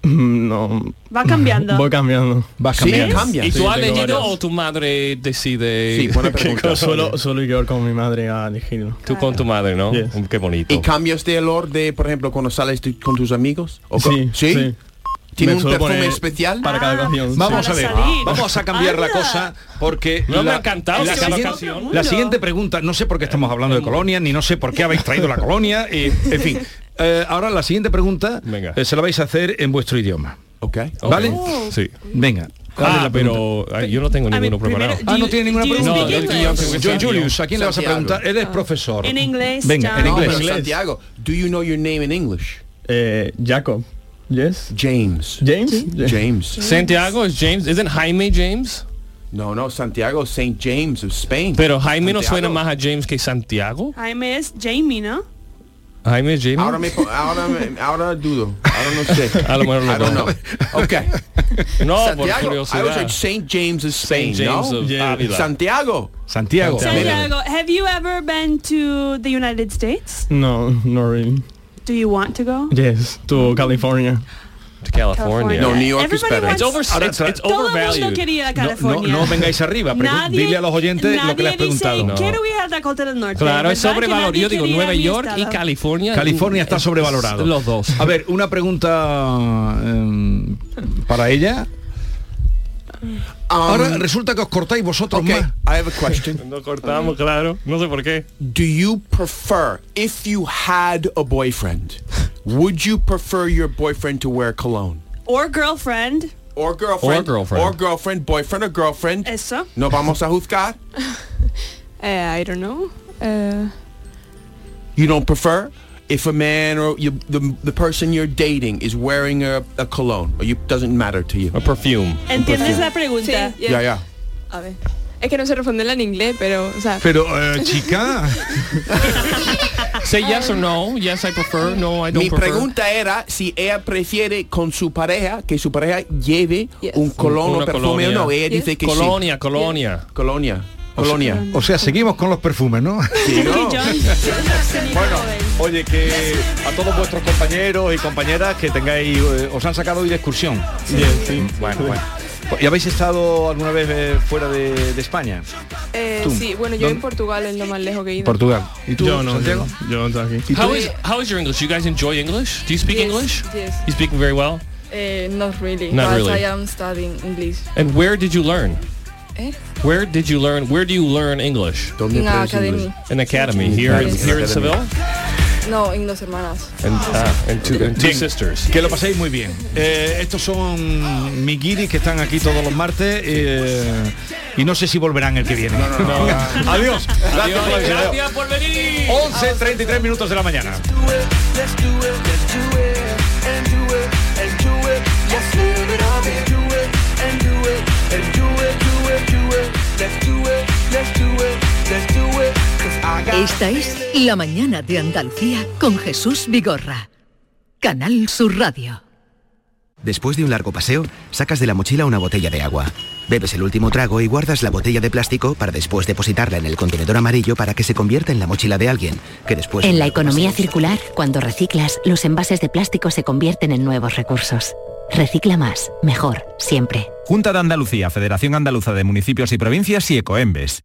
Mm, No.
Va cambiando.
Voy cambiando.
Vas
¿Y tú has
tengo
leído
varias.
o tu madre decide? qué
Yo
cosa?
suelo, suelo ir con mi madre ah, a elegirlo.
Tú con tu madre, ¿no? Mm, Qué bonito.
¿Y cambias de olor de, por ejemplo, cuando sales tu- con tus amigos? ¿O con-
Sí, sí.
¿Tiene
Me
un
suelo
perfume
poner
especial?
para cada canción.
Ah, Vamos a ver,
Ah. salir.
vamos a cambiar la cosa porque
No, me
la,
ha encantado,
la,
es que me ha
siguiente,
encantado.
la siguiente pregunta, no sé por qué estamos hablando de colonia, ni no sé por qué habéis traído la colonia, eh, en fin. Eh, ahora la siguiente pregunta eh, se la vais a hacer en vuestro idioma.
Ok.
¿Vale?
Oh. Sí.
Venga. ¿cuál es
Ah,
la pregunta?
pero ay, yo no tengo
A ver,
ninguno
primero,
preparado.
do Ah, no you- tiene ninguna do you pregunta.
No,
speak
el
English?
guión tengo que
Yo,
ser
Julius,
mío.
¿a quién le vas a
Santiago.
preguntar? Él es
Ah.
profesor.
En inglés,
Venga, en
No,
inglés.
pero Santiago, do you know your name in English?
Eh,
Jacob. Yes.
James.
James.
James.
Santiago es James, isn't Jaime James?
No, no, Santiago St. James of Spain.
Pero Jaime no suena
Santiago.
más a James que Santiago.
Jaime es Jamie, ¿no?
Jaime es James.
Ahora, me, po- ahora, me- ahora dudo. Ahora no sé.
A lo mejor lo
I don't know.
pongo.
Okay.
No, por
Santiago. I was
curiosidad.
like St. James of Spain.
Saint James
no?
of Yeah. Ávila.
Santiago.
Santiago.
Santiago, have you ever been to the United States?
No, not really.
Do you want to go?
Yes, to California.
To California.
No, New York
is Everybody better. wants-
It's, over, it's,
Ahora,
it's
Todo el mundo
overvalued.
quería
No, no,
California.
no vengáis arriba, pregun-
Nadie-
dile a los oyentes lo que le has
nadie dice,
preguntado.
Quiero ir a Dakota del Norte.
Claro, es
¿verdad? Que
sobrevalorado.
nadie
Yo digo,
quería
Nueva
mi
York y
estado.
California.
California está sobrevalorado.
Um,
Los dos.
A ver, una pregunta em, para ella. Ahora resulta que os cortáis vosotros más.
I have a question.
No cortamos, claro. No sé por qué.
Do you prefer, if you had a boyfriend, would you prefer your boyfriend to wear cologne?
Or girlfriend.
Or girlfriend.
Or girlfriend.
Or girlfriend, boyfriend or girlfriend.
Eso.
No vamos a juzgar.
Eh, I don't know. Eh,
You don't prefer? If a man or you, the, the person you're dating is wearing a, a cologne, or you, doesn't matter to you. A
perfume.
¿Entiendes la pregunta?
Sí, yeah.
Yeah, yeah.
A ver. Es que no sé responderla en inglés, pero, o sea...
Pero, eh, chica.
Say yes or no. Yes, I prefer. No, I don't
Mi
prefer.
pregunta era si ella prefiere con su pareja que su pareja lleve un colón o
Una
perfume o
colonia.
no. Ella
Yes.
dice que
Colonia,
sí.
colonia.
Colonia, colonia.
O sea, seguimos con los perfumes, ¿no?
bueno,
oye, que a todos vuestros compañeros y compañeras que tengáis, eh, os han sacado hoy de excursión. Bueno, bueno. ¿Y habéis estado alguna vez eh, fuera de, de España?
Eh,
Tú.
sí, bueno, yo
¿Dónde?
en Portugal es lo más lejos que he ido.
Portugal. ¿Y tú,
Yo no,
Santiago?
Yo no aquí.
How is how is your English? You guys enjoy English? Do you speak
Yes,
English?
yes.
You speak very well.
Eh, not really.
Not
but
really.
I am studying English.
And where did you learn?
Eh?
Where did you learn? Where do you learn English?
In a academy.
An academy
In
here in,
Paris.
here in
Academy.
Seville.
No, en dos hermanas.
And, ah, and two, and two
Bien.
sisters.
Que lo paséis muy bien. Eh, estos son mis guiris que están aquí todos los martes eh, y no sé si volverán el que viene.
no, no.
Adiós. Gracias por la visita.
Gracias por venir.
11.33 minutos de la mañana.
Let's do it, let's do it, and do it, and do it. Let's live it up and do it, and do it, and do it, do it, do it. Let's do it, let's do it, let's do it. 'Cause I got
Esta es La Mañana de Andalucía con Jesús Vigorra. Canal Sur Radio.
Después de un largo paseo, sacas de la mochila una botella de agua. Bebes el último trago y guardas la botella de plástico para después depositarla en el contenedor amarillo para que se convierta en la mochila de alguien, que después...
En la economía circular, cuando reciclas, los envases de plástico se convierten en nuevos recursos. Recicla más, mejor, siempre.
Junta de Andalucía, Federación Andaluza de Municipios y Provincias y Ecoembes.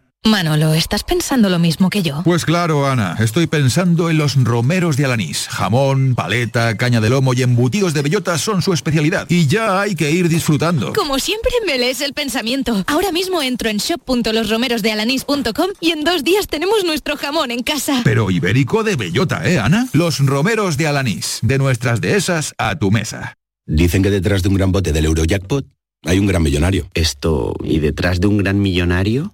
Manolo, ¿estás pensando lo mismo que yo?
Pues claro, Ana, estoy pensando en los romeros de Alanís. Jamón, paleta, caña de lomo y embutidos de bellota son su especialidad. Y ya hay que ir disfrutando.
Como siempre me lees el pensamiento. Ahora mismo entro en shop.losromerosdealanis.com y en dos días tenemos nuestro jamón en casa.
Pero ibérico de bellota, ¿eh, Ana? Los romeros de Alanís. De nuestras dehesas a tu mesa.
Dicen que detrás de un gran bote del Eurojackpot hay un gran millonario. Esto, ¿y detrás de un gran millonario?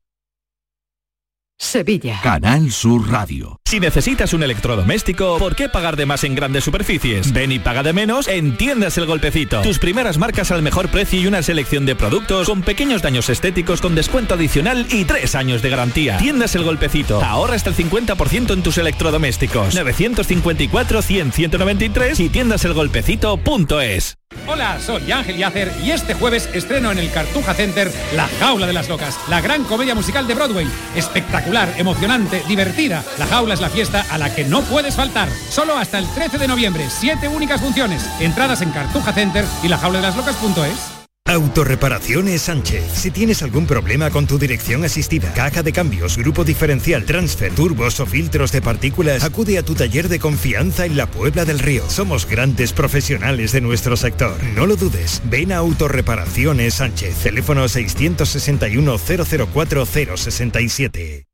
Sevilla.
Canal Sur Radio. Si necesitas un electrodoméstico, ¿por qué pagar de más en grandes superficies? Ven y paga de menos en Tiendas El Golpecito. Tus primeras marcas al mejor precio y una selección de productos con pequeños daños estéticos con descuento adicional y tres años de garantía. Tiendas El Golpecito. Ahorra hasta el 50% en tus electrodomésticos. 954-100-193 y tiendaselgolpecito.es.
Hola, soy Ángel Yacer y este jueves estreno en el Cartuja Center La Jaula de las Locas, la gran comedia musical de Broadway. Espectacular, emocionante, divertida. La Jaula es la fiesta a la que no puedes faltar. Solo hasta el 13 de noviembre, siete únicas funciones. Entradas en Cartuja Center y lajauladelaslocas.es.
Autorreparaciones Sánchez. Si tienes algún problema con tu dirección asistida, caja de cambios, grupo diferencial, transfer, turbos o filtros de partículas, acude a tu taller de confianza en la Puebla del Río. Somos grandes profesionales de nuestro sector. No lo dudes. Ven a Autorreparaciones Sánchez. Teléfono 661 004 067.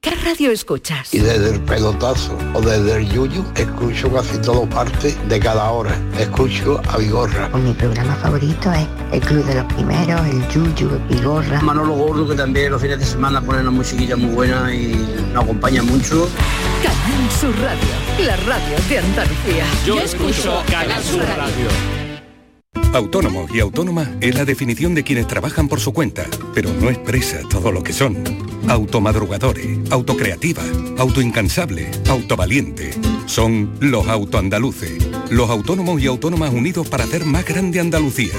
¿Qué radio escuchas?
Y desde el pelotazo o desde el yuyu, escucho casi todo parte de cada hora. Escucho a Vigorra.
Mi programa favorito es El Club de los Primeros, El Yuyu, Vigorra.
Manolo Gordo, que también los fines de semana pone una musiquilla muy buena y nos acompaña mucho.
Canal Sur Radio, la radio de Andalucía.
Yo escucho Canal Sur Radio.
Autónomo y autónoma es la definición de quienes trabajan por su cuenta, pero no expresa todo lo que son. Automadrugadores, autocreativa, autoincansable, autovaliente. Son los autoandaluces, los autónomos y autónomas unidos para hacer más grande Andalucía.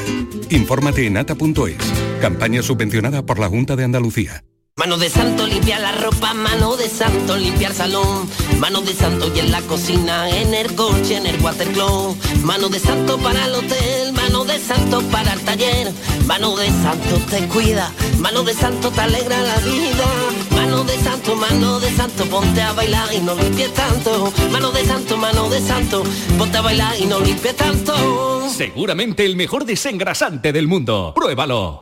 Infórmate en ata.es, campaña subvencionada por la Junta de Andalucía.
Mano de santo limpiar la ropa, mano de santo limpiar salón, mano de santo y en la cocina, en el coche, en el watercloak, mano de santo para el hotel, mano de santo para el taller, mano de santo te cuida, mano de santo te alegra la vida, mano de santo, mano de santo, ponte a bailar y no limpie tanto, mano de santo, mano de santo, ponte a bailar y no limpie tanto.
Seguramente el mejor desengrasante del mundo. Pruébalo.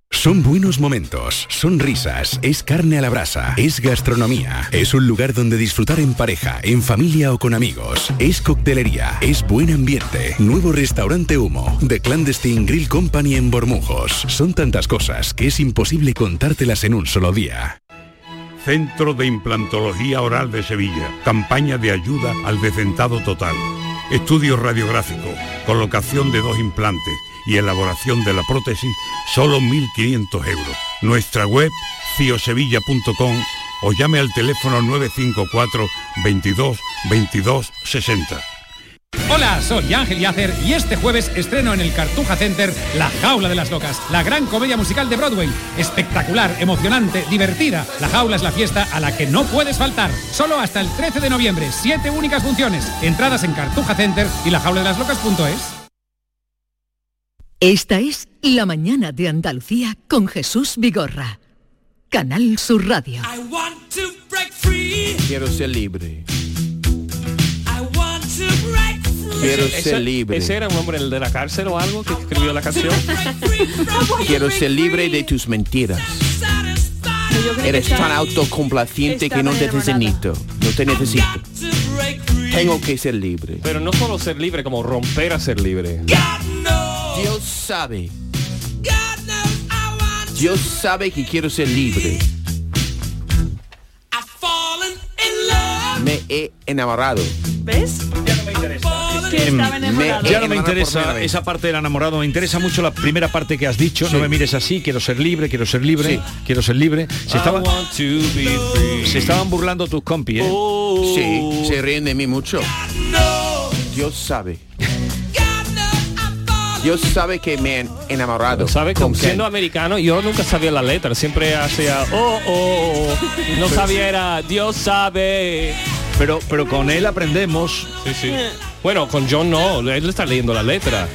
Son buenos momentos, son risas, es carne a la brasa, es gastronomía, es un lugar donde disfrutar en pareja, en familia o con amigos, es coctelería, es buen ambiente, nuevo restaurante humo, The Clandestine Grill Company en Bormujos. Son tantas cosas que es imposible contártelas en un solo día.
Centro de Implantología Oral de Sevilla. Campaña de ayuda al desentado total. Estudio radiográfico, colocación de dos implantes y elaboración de la prótesis, solo 1.500 euros. Nuestra web, ciosevilla.com o llame al teléfono 954 22 22 60.
Hola, soy Ángel Yacer y este jueves estreno en el Cartuja Center La Jaula de las Locas, la gran comedia musical de Broadway. Espectacular, emocionante, divertida. La Jaula es la fiesta a la que no puedes faltar. Solo hasta el 13 de noviembre, siete únicas funciones. Entradas en Cartuja Center y lajauladelaslocas.es.
Esta es La mañana de Andalucía con Jesús Vigorra. Canal Sur Radio.
I want to break free.
Quiero ser libre.
I want to break free.
Quiero
Ese-
ser libre.
¿Ese era un hombre el de la cárcel o algo que escribió la canción?
Quiero ser libre de tus mentiras.
creo
Eres
que
tan
está-
autocomplaciente que no te necesito. No te necesito.
To break free.
Tengo que ser libre.
Pero no solo ser libre, como romper a ser libre.
Dios sabe. Dios sabe que quiero ser libre. Me he enamorado.
¿Ves? Ya no me interesa. Em, Que estaba enamorado.
ya no Mm, me interesa esa parte del enamorado, me interesa mucho la primera parte que has dicho, no me mires así, quiero ser libre, quiero ser libre, quiero ser libre. Se,
I
estaba-
want to be free.
se estaban burlando tus compis, ¿eh?
Oh. Sí, se ríen de mí mucho. Dios sabe. Dios sabe que me he enamorado.
¿Sabes? Como siendo americano, yo nunca sabía la letra. Siempre hacía, oh, oh, oh. No sabía, era, Dios sabe.
Pero, pero con él aprendemos.
Sí, sí. Bueno, con John no, él está leyendo la letra.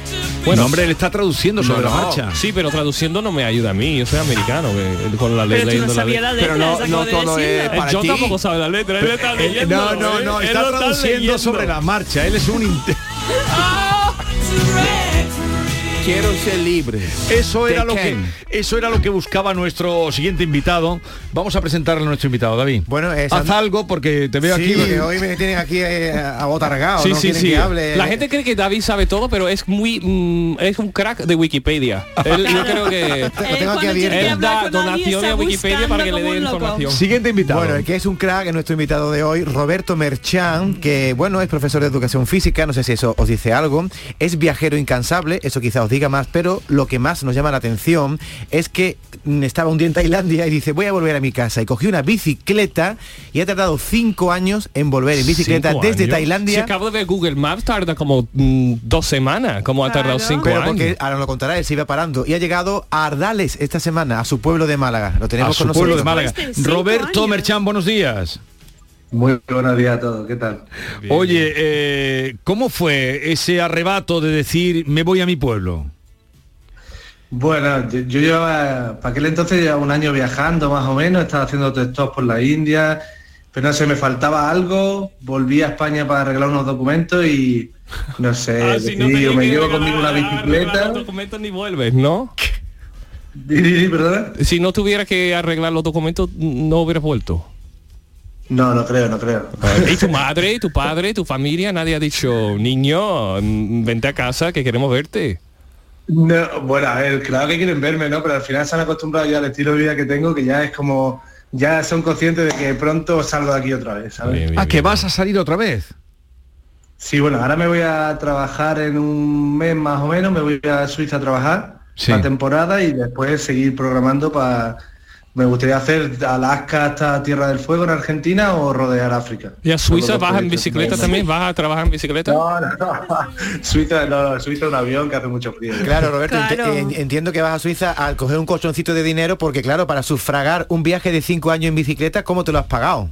Bueno, hombre, él está traduciendo sobre la marcha.
Sí, pero traduciendo no me ayuda a mí. Yo soy americano que- con la
Pero
letra.
tú no sabías la letra, Pero no- acabo no de todo decirlo. es para
Yo
ti.
tampoco sabe la letra. Él está
Eh, eh,
leyendo.
no, no, no,
Él
está
lo
traduciendo
leyendo.
sobre la marcha. Él es un inte-
Quiero ser libre.
Eso era
Te
lo que
ken.
eso era lo que buscaba nuestro siguiente invitado. Vamos a presentarle a nuestro invitado, David. Bueno, haz
And-
algo porque te veo
Sí,
aquí.
porque hoy me tienen aquí eh, abotargado.
Sí,
no
sí,
quieren
sí.
que hable.
La gente cree que David sabe todo, pero es muy mm, es un crack de Wikipedia. Él, yo creo que él da donaciones a Wikipedia para que le dé información.
Siguiente invitado. Bueno, el que es un crack es nuestro invitado de hoy, Roberto Merchan, que bueno, es profesor de educación física, no sé si eso os dice algo, es viajero incansable, eso quizá os diga más, pero lo que más nos llama la atención es que mm, estaba un día en Tailandia y dice, voy a volver a mi casa, y cogió una bicicleta y ha tardado cinco años en volver en bicicleta
Cinco
desde
años. Si
Tailandia.
acabo de ver Google Maps, tarda como mm, dos semanas, como ha tardado cinco
Pero
años.
porque ahora lo contará, él se iba parando y ha llegado a Ardales esta semana, a su pueblo de Málaga. Lo tenemos
A su
con
pueblo
nosotros.
de Málaga. Roberto Merchan, buenos días.
Muy buenos días a todos, ¿qué tal?
Oye, eh, ¿cómo fue ese arrebato de decir me voy a mi pueblo?
Bueno, yo, yo llevaba, para aquel entonces llevaba un año viajando más o menos, estaba haciendo textos por la India, pero no sé, me faltaba algo, volví a España para arreglar unos documentos y no sé,
Ah,
decidí, o Eh, me llevo conmigo una bicicleta.
documentos ni vuelves, ¿no? Si no tuviera que arreglar los documentos, no hubieras vuelto.
No, no creo, no creo.
¿Y tu madre, tu padre, tu familia? Nadie ha dicho, niño, mm, vente a casa que queremos verte.
No, bueno, a ver, claro que quieren verme, ¿no? Pero al final se han acostumbrado ya al estilo de vida que tengo, que ya es como, ya son conscientes de que pronto salgo de aquí otra vez, ¿sabes?
ah, que vas a salir otra vez.
Sí, bueno, ahora me voy a trabajar en un mes más o menos, me voy a Suiza a trabajar la temporada y después seguir programando para... Me gustaría hacer Alaska hasta Tierra del Fuego en Argentina o rodear África.
¿Y a
Son
Suiza
los dos
vas en
proyectos que
bicicleta
tengo.
también? ¿Vas a trabajar en bicicleta?
No, no, no. Suiza, no, no, Suiza es un avión que hace mucho frío.
Claro, Roberto, ent- en- entiendo que vas a Suiza al coger un colchoncito de dinero porque, claro, para sufragar un viaje de cinco años en bicicleta, ¿cómo te lo has pagado?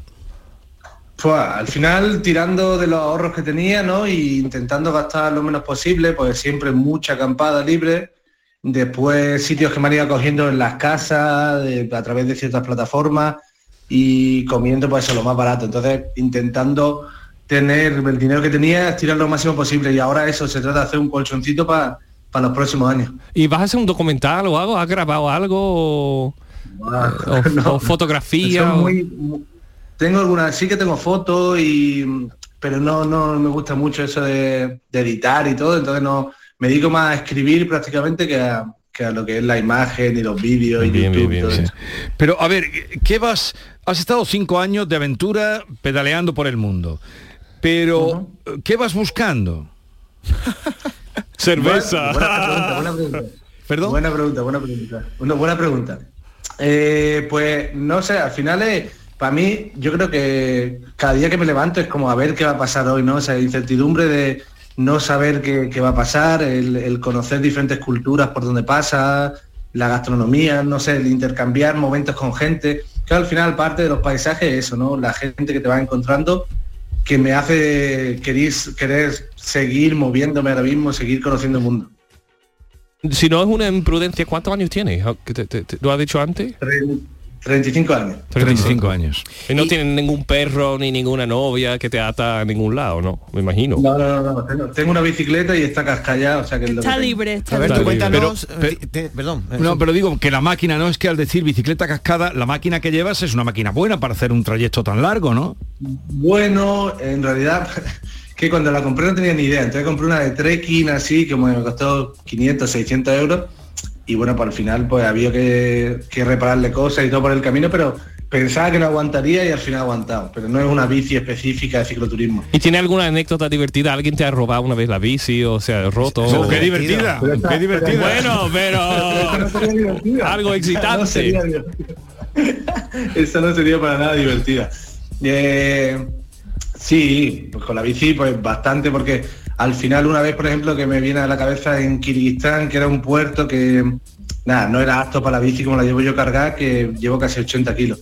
Pues al final tirando de los ahorros que tenía, ¿no? Y intentando gastar lo menos posible, pues siempre mucha acampada libre. Después sitios que me han ido cogiendo en las casas, de- a través de ciertas plataformas y comiendo pues eso lo más barato. Entonces intentando tener el dinero que tenía, tirar lo máximo posible. Y ahora eso, se trata de hacer un colchoncito para los próximos años.
¿Y vas a hacer un documental o algo? ¿Has grabado algo? ¿O, o- o fotografía?
Son
o-
muy- mu- tengo algunas, sí que tengo fotos y pero no, no me gusta mucho eso de, de editar y todo, entonces no me dedico más a escribir prácticamente que a, que a lo que es la imagen y los vídeos y YouTube y todo eso.
Pero a ver, ¿qué vas? Has estado cinco años de aventura pedaleando por el mundo. Pero, ¿qué vas buscando?
Cerveza. Buena, buena pregunta, buena pregunta. Buena pregunta, buena pregunta. Una buena pregunta. Eh, pues no sé, al final es, para mí, yo creo que cada día que me levanto es como a ver qué va a pasar hoy, ¿no? Esa incertidumbre de no saber qué, qué va a pasar, el, el conocer diferentes culturas por donde pasa, la gastronomía, no sé, el intercambiar momentos con gente. Que al final parte de los paisajes es eso, ¿no? La gente que te va encontrando que me hace querer, querer seguir moviéndome ahora mismo, seguir conociendo el mundo.
Si no es una imprudencia, ¿cuántos años tienes? ¿Qué te- te- te- ¿Lo has dicho antes?
Tre- 35 años.
35 años.
Y no tienen ningún perro ni ninguna novia que te ata a ningún lado, ¿no? Me imagino.
No, no, no, no, tengo- Tengo una bicicleta y está cascallada, o sea que es lo que
Está
tengo.
libre, está
A ver,
libre.
tú cuéntanos, Pero-
eh, te- perdón. eh,
No, pero digo que la máquina no es que al decir bicicleta cascada, la máquina que llevas es una máquina buena para hacer un trayecto tan largo, ¿no?
Bueno, en realidad, que cuando la compré no tenía ni idea. Entonces compré una de trekking así, que me costó 500, 600 euros. Y bueno, para el final pues había que, que repararle cosas y todo por el camino, pero pensaba que no aguantaría y al final ha aguantado. Pero no es una bici específica de cicloturismo.
¿Y tiene alguna anécdota divertida? ¿Alguien te ha robado una vez la bici o se ha roto?
Oh, qué divertida, Pero está- qué divertida.
Bueno, pero... Algo excitante.
No sería divertido. Esa no sería para nada divertida. Eh, sí, pues con la bici, pues bastante, porque al final una vez, por ejemplo, que me viene a la cabeza en Kirguistán, que era un puerto que, nada, no era apto para la bici como la llevo yo cargada, que llevo casi 80 kilos.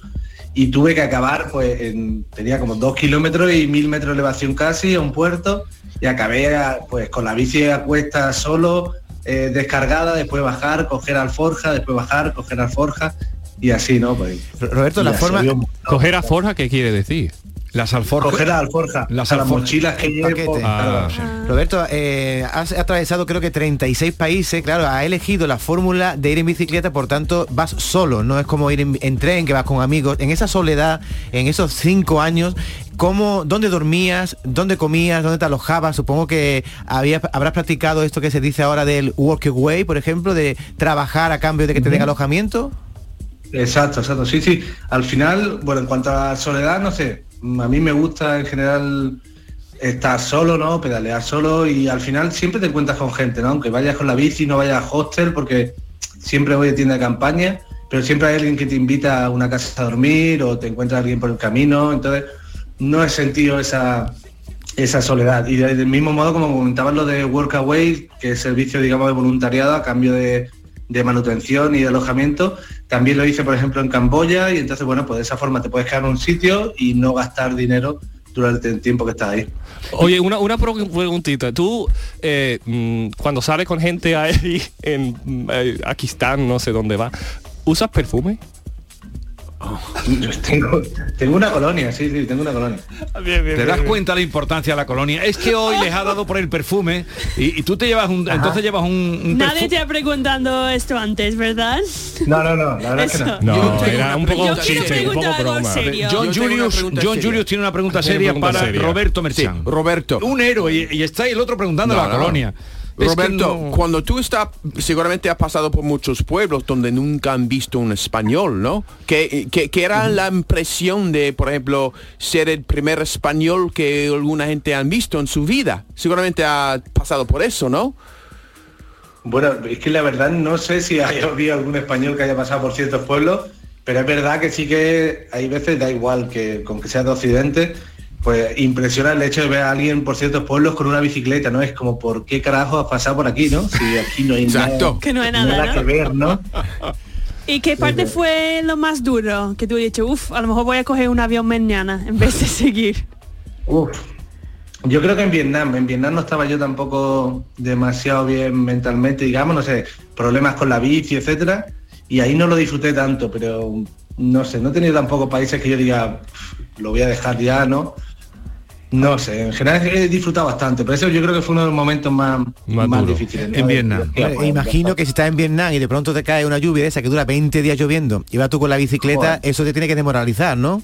Y tuve que acabar, pues en- tenía como dos kilómetros y mil metros de elevación casi a un puerto y acabé a- pues con la bici a cuesta solo, eh, descargada, después bajar, coger alforja, después bajar, coger alforja y así, ¿no? Pues,
Roberto, la
Ya
forma...
sabíamos.
¿Coger alforja qué quiere decir?
Las alforjas.
Coger la alforja.
Las
a las
alforjas.
mochilas que llevo.
Paquete.
Ah, sí.
Roberto, eh, has atravesado creo que 36 países, claro, has elegido la fórmula de ir en bicicleta, por tanto vas solo, no es como ir en, en tren, que vas con amigos. En esa soledad, en esos cinco años, ¿cómo, ¿dónde dormías? ¿Dónde comías? ¿Dónde te alojabas? Supongo que habías, habrás practicado esto que se dice ahora del workaway, por ejemplo, de trabajar a cambio de que te den alojamiento.
Exacto, exacto. Sí, sí. Al final, bueno, en cuanto a soledad, no sé. mm, A mí me gusta en general estar solo, ¿no? Pedalear solo y al final siempre te encuentras con gente, ¿no? Aunque vayas con la bici, no vayas a hostel, porque siempre voy a tienda de campaña, pero siempre hay alguien que te invita a una casa a dormir o te encuentra alguien por el camino. Entonces, no he sentido esa, esa soledad. Y de- del mismo modo, como comentabas lo de Workaway, que es servicio, digamos, de voluntariado a cambio de, de manutención y de alojamiento, también lo hice, por ejemplo, en Camboya y entonces, bueno, pues de esa forma te puedes quedar en un sitio y no gastar dinero durante el tiempo que estás ahí.
Oye, una, una pro- preguntita. Tú, eh, mm, cuando sales con gente ahí en mm, eh, Pakistán, no sé dónde va, ¿usas perfume?
Oh, tengo, tengo una colonia, sí, sí, tengo una colonia.
¿Te das cuenta la importancia de la colonia? Es que hoy les ha dado por el perfume y, y tú te llevas un... Entonces llevas un, un
Nadie
perfu-
te ha preguntado esto antes, ¿verdad?
No, no, no, la verdad
Eso.
es que no.
Yo
No,
tengo
era
una
un poco
pregunta seria.
chiste, un poco broma.
John Julius, John Julius tiene una pregunta seria para Roberto Merchan.
Roberto.
Un héroe y, y está el otro preguntando a la
No, no.
colonia. Es que
Roberto,
no-
cuando tú estás, seguramente has pasado por muchos pueblos donde nunca han visto un español, ¿no? Que, que, que era la impresión de, por ejemplo, ser el primer español que alguna gente han visto en su vida. Seguramente ha pasado por eso, ¿no?
Bueno, es que la verdad no sé si hay habido algún español que haya pasado por ciertos pueblos, pero es verdad que sí que hay veces, da igual que con que sea de Occidente, pues impresiona el hecho de ver a alguien por ciertos pueblos con una bicicleta, ¿no? Es como, ¿por qué carajo has pasado por aquí, no? Si aquí no hay
Exacto.
nada,
Que no hay nada, ¿no?
que ver, ¿no?
¿Y qué parte fue lo más duro? Que tú has dicho, uff, a lo mejor voy a coger un avión mañana en vez de seguir.
Uf. Yo creo que en Vietnam, en Vietnam no estaba yo tampoco demasiado bien mentalmente, digamos, no sé, problemas con la bici, etcétera, y ahí no lo disfruté tanto, pero no sé, no he tenido tampoco países que yo diga, "Pf, lo voy a dejar ya, ¿no? No sé, en general he disfrutado bastante, pero eso yo creo que fue uno de los momentos más, más, difíciles. ¿no?
Hombre, Pues imagino que si estás en Vietnam y de pronto te cae una lluvia de esa que dura 20 días lloviendo y vas tú con la bicicleta, eso te tiene que desmoralizar, ¿no?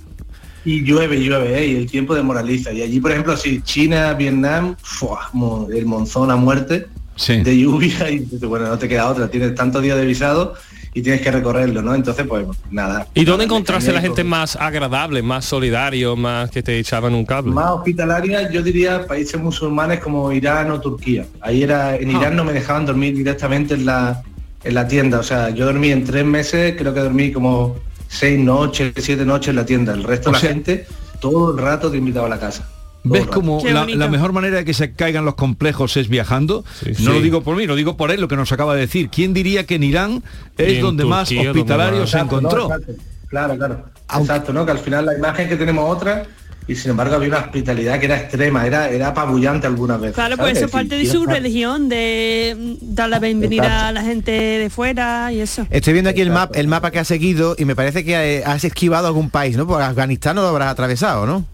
Y llueve, y llueve, ¿eh? y el tiempo desmoraliza. Y allí, por ejemplo, si China, Vietnam, ¡fua! mo- el monzón a muerte de lluvia, y dices, bueno, no te queda otra, tienes tantos días de visado y tienes que recorrerlo, ¿no? Entonces, pues nada.
¿Y dónde encontraste la
México.
gente más agradable, más solidario, más que te echaban un cable?
Más hospitalaria, yo diría países musulmanes como Irán o Turquía. Ahí era, en Irán no me dejaban dormir directamente en la, en la tienda. O sea, yo dormí en tres meses, creo que dormí como seis noches, siete noches en la tienda. El resto
O
de la
sea-
gente todo el rato te invitaba a la casa.
¿Ves cómo
Qué
la,
bonito.
la mejor manera de que se caigan los complejos es viajando? no
sí.
lo digo por mí, lo digo por él, lo que nos acaba de decir. ¿Quién diría que en Irán
Y
es
en
donde más
Turquía, donde
hospitalarios
más-
se
Exacto,
encontró?
¿no? Exacto. Claro, claro. Exacto, ¿no? Que al final la imagen que tenemos otra, y sin embargo había una hospitalidad que era extrema, era, era apabullante algunas veces.
Claro, pues
¿sabes?
eso es parte
Y-
de
y
su
era-
religión, de mm, dar la bienvenida
Exacto.
a la gente de fuera y eso.
Estoy viendo aquí el, map, el mapa que has seguido y me parece que eh, has esquivado algún país, ¿no? Porque Afganistán no lo habrás atravesado, ¿no?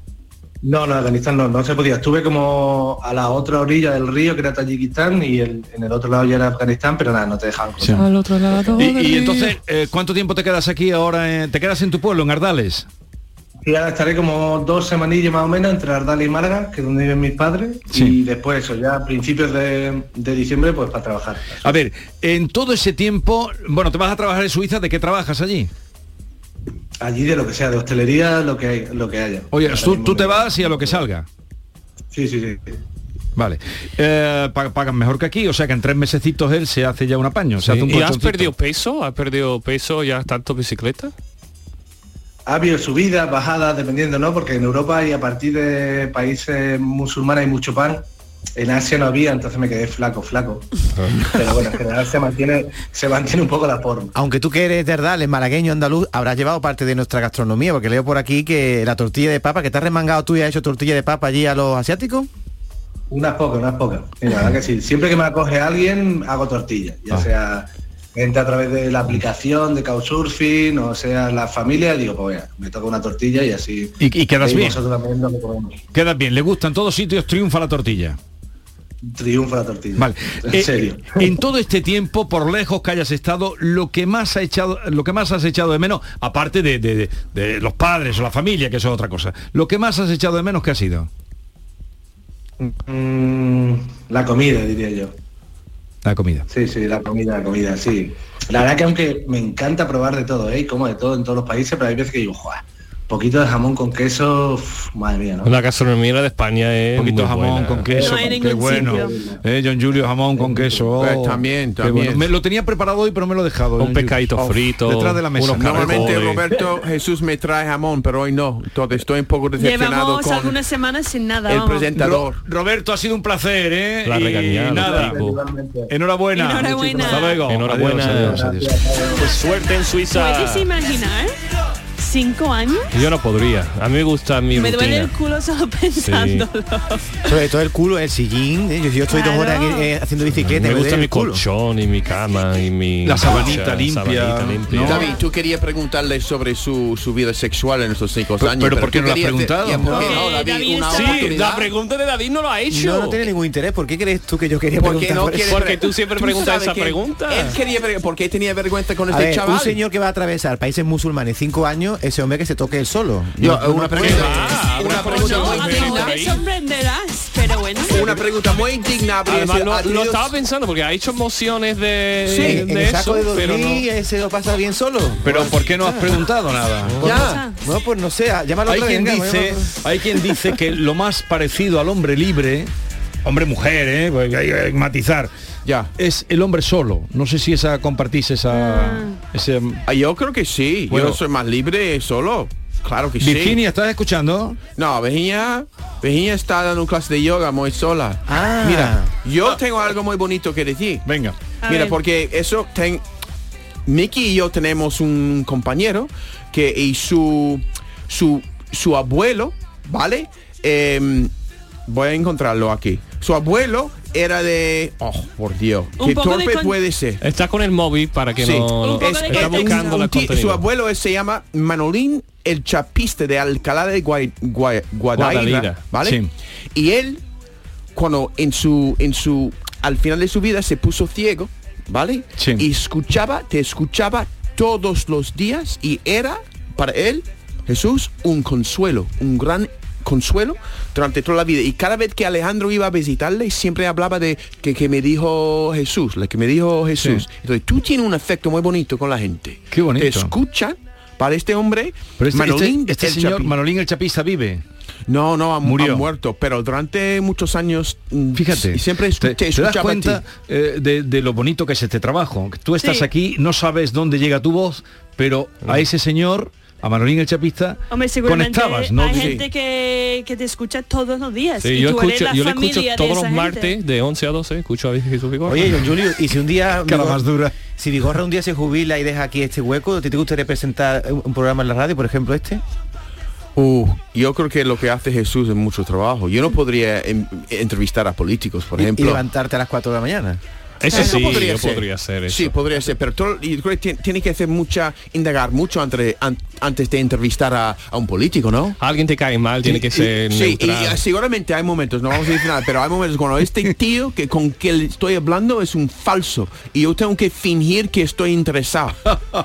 No, no, Afganistán no, no se podía. Estuve como a la otra orilla del río, que era Tayikistán, y el- en el otro lado ya era Afganistán, pero nada, no te dejaban cruzar.
Al
otro lado.
Y, y entonces, eh, ¿cuánto tiempo te quedas aquí ahora? en- ¿Te quedas en tu pueblo, en Ardales?
Y ahora estaré como dos semanillas más o menos entre Ardal y Málaga, que es donde viven mis padres, y después eso, ya a principios de, de diciembre, pues para trabajar.
A ver, en todo ese tiempo, bueno, te vas a trabajar en Suiza, ¿de qué trabajas allí?
Allí de lo que sea, de hostelería, lo que, hay- lo que haya.
Oye, tú, tú te vas y a lo que salga.
Sí, sí, sí.
Vale. Eh, pa- pagan mejor que aquí, o sea que en tres mesecitos él se hace ya un apaño. se hace un
¿Y has
colchoncito.
perdido peso? ¿Has perdido peso ya tanto bicicleta?
Ha habido subidas, bajadas, dependiendo, ¿no? Porque en Europa y a partir de países musulmanes hay mucho pan. En Asia no había, entonces me quedé flaco, flaco. Pero bueno, en general se mantiene, se mantiene un poco la forma.
Aunque tú que eres de Ardales, malagueño, andaluz, habrás llevado parte de nuestra gastronomía, porque leo por aquí que la tortilla de papa, que te has remangado tú y has hecho tortilla de papa allí a los asiáticos.
Unas pocas, unas pocas. Y la verdad que sí. Siempre que me acoge alguien, hago tortilla.
Ah.
Ya sea gente a través de la aplicación de Couchsurfing, o sea la familia, digo, pues venga, me toca una tortilla y así.
Y- y quedas bien.
vosotros también lo que comemos.
Quedas bien, le gusta, en todos sitios triunfa la tortilla.
Triunfa la tortilla.
Vale.
En
Eh,
serio.
En todo este tiempo, por lejos que hayas estado, lo que más ha echado, lo que más has echado de menos, aparte de, de- de- de los padres o la familia, que eso es otra cosa, lo que más has echado de menos que ha sido.
Mm, la comida, diría yo.
La comida.
Sí, sí, la comida, la comida, sí. La verdad que aunque me encanta probar de todo, ¿eh? Y como de todo en todos los países, pero hay veces que digo, "Joder, poquito de jamón con queso, uf, madre mía, ¿no?
La gastronomía de España es
Un poquito de
muy
jamón
buena.
con queso,
No hay
con- qué
ningún
bueno.
sitio.
Eh, John Julio, jamón con queso. oh,
Pues también,
qué
también.
bueno. Me lo tenía preparado hoy, pero me lo he dejado. John
Un
Julio.
pescadito
Oh,
frito,
Detrás de la mesa.
unos
Normalmente
caracoles.
Roberto Jesús me trae jamón, pero hoy no. Entonces estoy un poco decepcionado
Llevamos
con
algunas semanas sin nada.
el
vamos.
presentador.
Roberto, ha sido un placer, ¿eh?
La
Y
regañada,
nada.
tipo.
Enhorabuena.
Enhorabuena.
Hasta luego.
Enhorabuena.
Adiós, adiós, adiós.
Pues suerte en Suiza.
¿Puedes imaginar? ¿eh? ¿Cinco años?
Yo no podría. A mí me gusta mi
Me duele el
rutina.
culo solo pensándolo.
Sobre todo el culo, el sillín. ¿eh? Yo, yo estoy dos horas aquí, eh, haciendo bicicleta.
Me gusta
duele
mi
el culo.
colchón y mi cama y mi
La sabanita
ducha,
limpia,
sabanita limpia.
David, tú querías preguntarle sobre su, su vida sexual en estos cinco
Pero-
años.
pero ¿por qué
tú
no lo has
querías-
preguntado?
ya, ¿por qué no,
Porque
David?
David
Una
está- Sí,
oportunidad.
la
pregunta de David no lo ha
No, no tiene ningún interés. ¿Por qué crees tú que yo quería
¿Por qué
preguntar
no
por
quieres
eso?
pre- tú sabes que Él quería ver por qué tenía vergüenza con
A
este
ver,
chaval.
un señor que va a atravesar países musulmanes cinco años, ese hombre que se toque él solo.
Yo,
No- no
una
puede. Ah,
pregunta, una pregunta
No,
muy
a lo mejor
digna.
te sorprenderás, pero bueno.
Una pregunta muy indigna. habría
Además,
sido,
lo,
¿ha
lo
tenido-
estaba pensando porque ha hecho mociones de,
Sí,
de
en el saco
eso,
de dormir,
pero no.
ese lo pasa bien solo.
Pero ¿por qué no has preguntado nada?
Ya. No, pues no sé, llámalo
Hay
otra vez,
quien,
venga,
dice,
llámalo.
hay quien dice que lo más parecido al hombre libre, hombre-mujer, ¿eh? porque hay que matizar,
ya.
es el hombre solo. No sé si esa compartís esa... ese-
Ah, Yo creo que sí.
Bueno.
Yo soy más libre solo. Claro que sí.
Virginia, ¿estás escuchando?
No, Virginia, Virginia está dando clase de yoga muy sola.
Ah.
Mira, yo tengo algo muy bonito que decir.
Venga.
A
Mira,
ver.
porque eso ten Mickey y yo tenemos un compañero que y su su su abuelo, ¿vale? Em, voy a encontrarlo aquí. Su abuelo era de Oh, por Dios.
Un
Qué
poco de
torpe
con-
puede ser.
Está con el móvil para que
Sí.
no... no-
Es-
está
es un-
buscando
un
la
tío- Su
contenido.
abuelo se llama Manolín el Chapiste de Alcalá de Guay- Guay- Guadaira,
Guadaira,
¿vale?
sí.
Y él, cuando en su, en su, al final de su vida se puso ciego, ¿vale? Y escuchaba, te escuchaba todos los días y era para él, Jesús, un consuelo, un gran consuelo durante toda la vida y cada vez que Alejandro iba a visitarle siempre hablaba de que, que me dijo Jesús, lo que me dijo Jesús. Entonces tú tienes un afecto muy bonito con la gente. Qué
bonito.
Te escucha para este hombre,
Pero este,
Manolín
este- este
el
señor,
Chapín.
Manolín el Chapista, vive.
No, no, ha, mu-
Murió.
ha muerto, pero durante muchos años, mm,
Fíjate,
y siempre escu-
te,
te
te das
escuchaba a ti.
cuenta eh, de, de lo bonito que es este trabajo. Que Tú estás
Sí.
aquí, no sabes dónde llega tu voz, pero a ese señor, a Manolín el Chapista,
Hombre, seguramente
conectabas, ¿no?
hay
Sí.
gente que, que te escucha todos los días.
Sí,
y
yo,
tú eres
escucho,
la
yo le
familia
escucho
de
todos
esa
los
gente.
martes de 11 a 12, escucho a Jesús Vigorra.
Oye, John Julio, y si un día
Que la
Vigor-
más dura.
Si Vigorra un día se jubila y deja aquí este hueco, ¿te, te gustaría presentar un un programa en la radio, por ejemplo este?
Uh. Yo creo que lo que hace Jesús es mucho trabajo. Yo no podría en- entrevistar a políticos, por
Y- Y
ejemplo.
levantarte a las 4 de la mañana.
Eso sí,
yo podría hacer eso.
Sí, podría ser, pero todo- yo creo que ti- tiene que hacer mucha, indagar mucho antes, an- antes de entrevistar a, a un político, ¿no?
Alguien te cae mal, tiene que ser
Sí, y,
neutral.
ah, seguramente hay momentos, no vamos a decir nada, pero hay momentos cuando este tío que con que le estoy hablando es un falso y yo tengo que fingir que estoy interesado.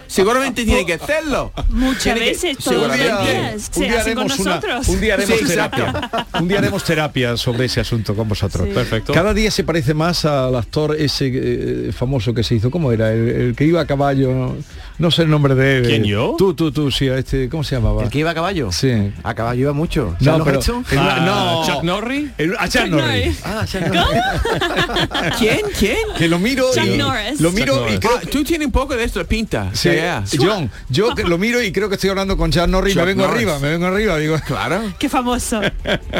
Seguramente tiene que hacerlo.
Muchas
Tiene que-
veces, todos los
seguramente.
días.
Un
Se
día
hacen con
haremos, una-
nosotros.
un día haremos
Sí, exacto.
terapia. Un día haremos terapia sobre ese asunto con vosotros.
Sí. Perfecto.
Cada día se parece más al actor ese eh, famoso que se hizo. ¿Cómo era? El, el que iba a caballo. No, No sé el nombre de él.
¿Quién, yo?
Tú, tú, tú, sí, a este. ¿Cómo se llamaba?
¿El que iba a caballo?
Sí.
A caballo iba mucho. ¿Se lo has hecho? Ah,
el- no.
Chuck
Ah, Norris.
El- a Chuck
Chuck
Norris.
Norris. Ah, Chuck Norris.
¿Quién? ¿Quién?
Que lo miro
Chuck
y,
Norris.
lo miro
Chuck
y
Norris.
creo
Ah, tú tienes un poco de esto de pinta.
Sí,
Yeah, yeah.
John, yo que lo miro y creo que estoy hablando con Chuck Norris, me
Chuck
vengo
Norris.
arriba, me vengo arriba, digo.
Claro.
Qué famoso.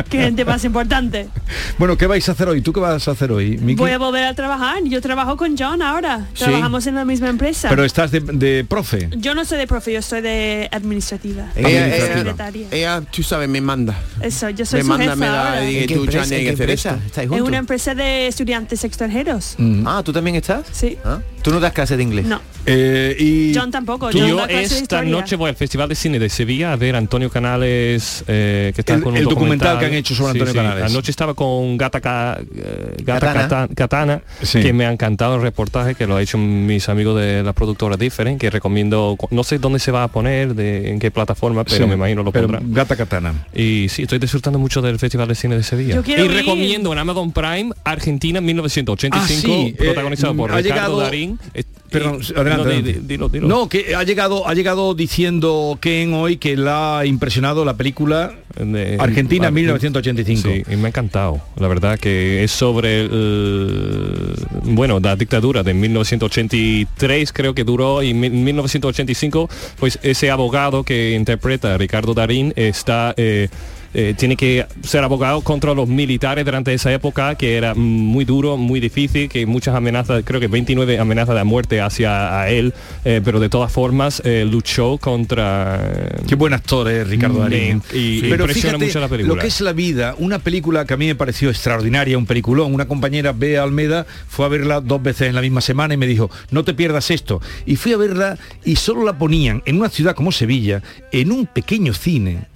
Qué gente más em- importante.
Bueno, ¿qué vais a hacer hoy? ¿Tú qué vas a hacer hoy, Miki?
Voy a volver a trabajar. Yo trabajo con John ahora.
Sí.
Trabajamos en la misma empresa.
Pero estás de, de profe.
yo no soy de profe, yo soy de administrativa.
Eh,
Ella- ella-
Secretaria.
Ella, tú sabes, me manda.
Eso, yo soy
me
su
manda,
jefa
me da,
ahora.
dije, tú, Jan, tienes que hacer esto.
Es una empresa de estudiantes extranjeros.
Mm.
Ah, ¿tú también estás? Ah,
Sí.
¿Tú no das clases de inglés?
No.
y
John tampoco.
Tú
John
y yo
da clases de
esta
historia.
noche voy al Festival de Cine de Sevilla a ver a Antonio Canales, eh, que está
El-
con un
el documental que han hecho sobre Antonio Canales.
Anoche estaba con Gata, Ca- eh, Gata
Katana.
Cata- Katana,
Sí.
que me ha encantado el reportaje que lo ha hecho mis amigos de la productora Different, que recomiendo, cu- no sé dónde se va a poner, de, en qué plataforma, pero
Sí,
me imagino lo
pero
pondrán.
Gata Katana.
Y sí, estoy disfrutando mucho del Festival de Cine de Sevilla. Yo Y
quiero ir.
recomiendo en Amazon Prime Argentina 1985,
Ah, sí, eh,
protagonizado por
ha
Ricardo
llegado-
Darín. Eh,
Perdón,
y-
adelante,
no, di-
adelante.
di- dilo, dilo.
No, que ha llegado, ha llegado diciendo Ken hoy que la ha impresionado la película Argentina
Ar-
1985.
Sí, y me ha encantado. La verdad que es sobre el, bueno, la dictadura de 1983 creo que duró y en 1985 pues ese abogado que interpreta a Ricardo Darín está eh, eh, tiene que ser abogado contra los militares durante esa época que era muy duro, muy difícil, que muchas amenazas, creo que 29 amenazas de muerte hacia a él, eh, pero de todas formas eh, luchó contra...
Qué buen actor es Ricardo Darín.
Y
Pero
impresiona
fíjate,
mucho la película.
Lo que es la vida, una película que a mí me pareció extraordinaria, un peliculón. Una compañera, Bea Almeda, fue a verla dos veces en la misma semana y me dijo, no te pierdas esto. Y fui a verla y solo la ponían en una ciudad como Sevilla, en un pequeño cine.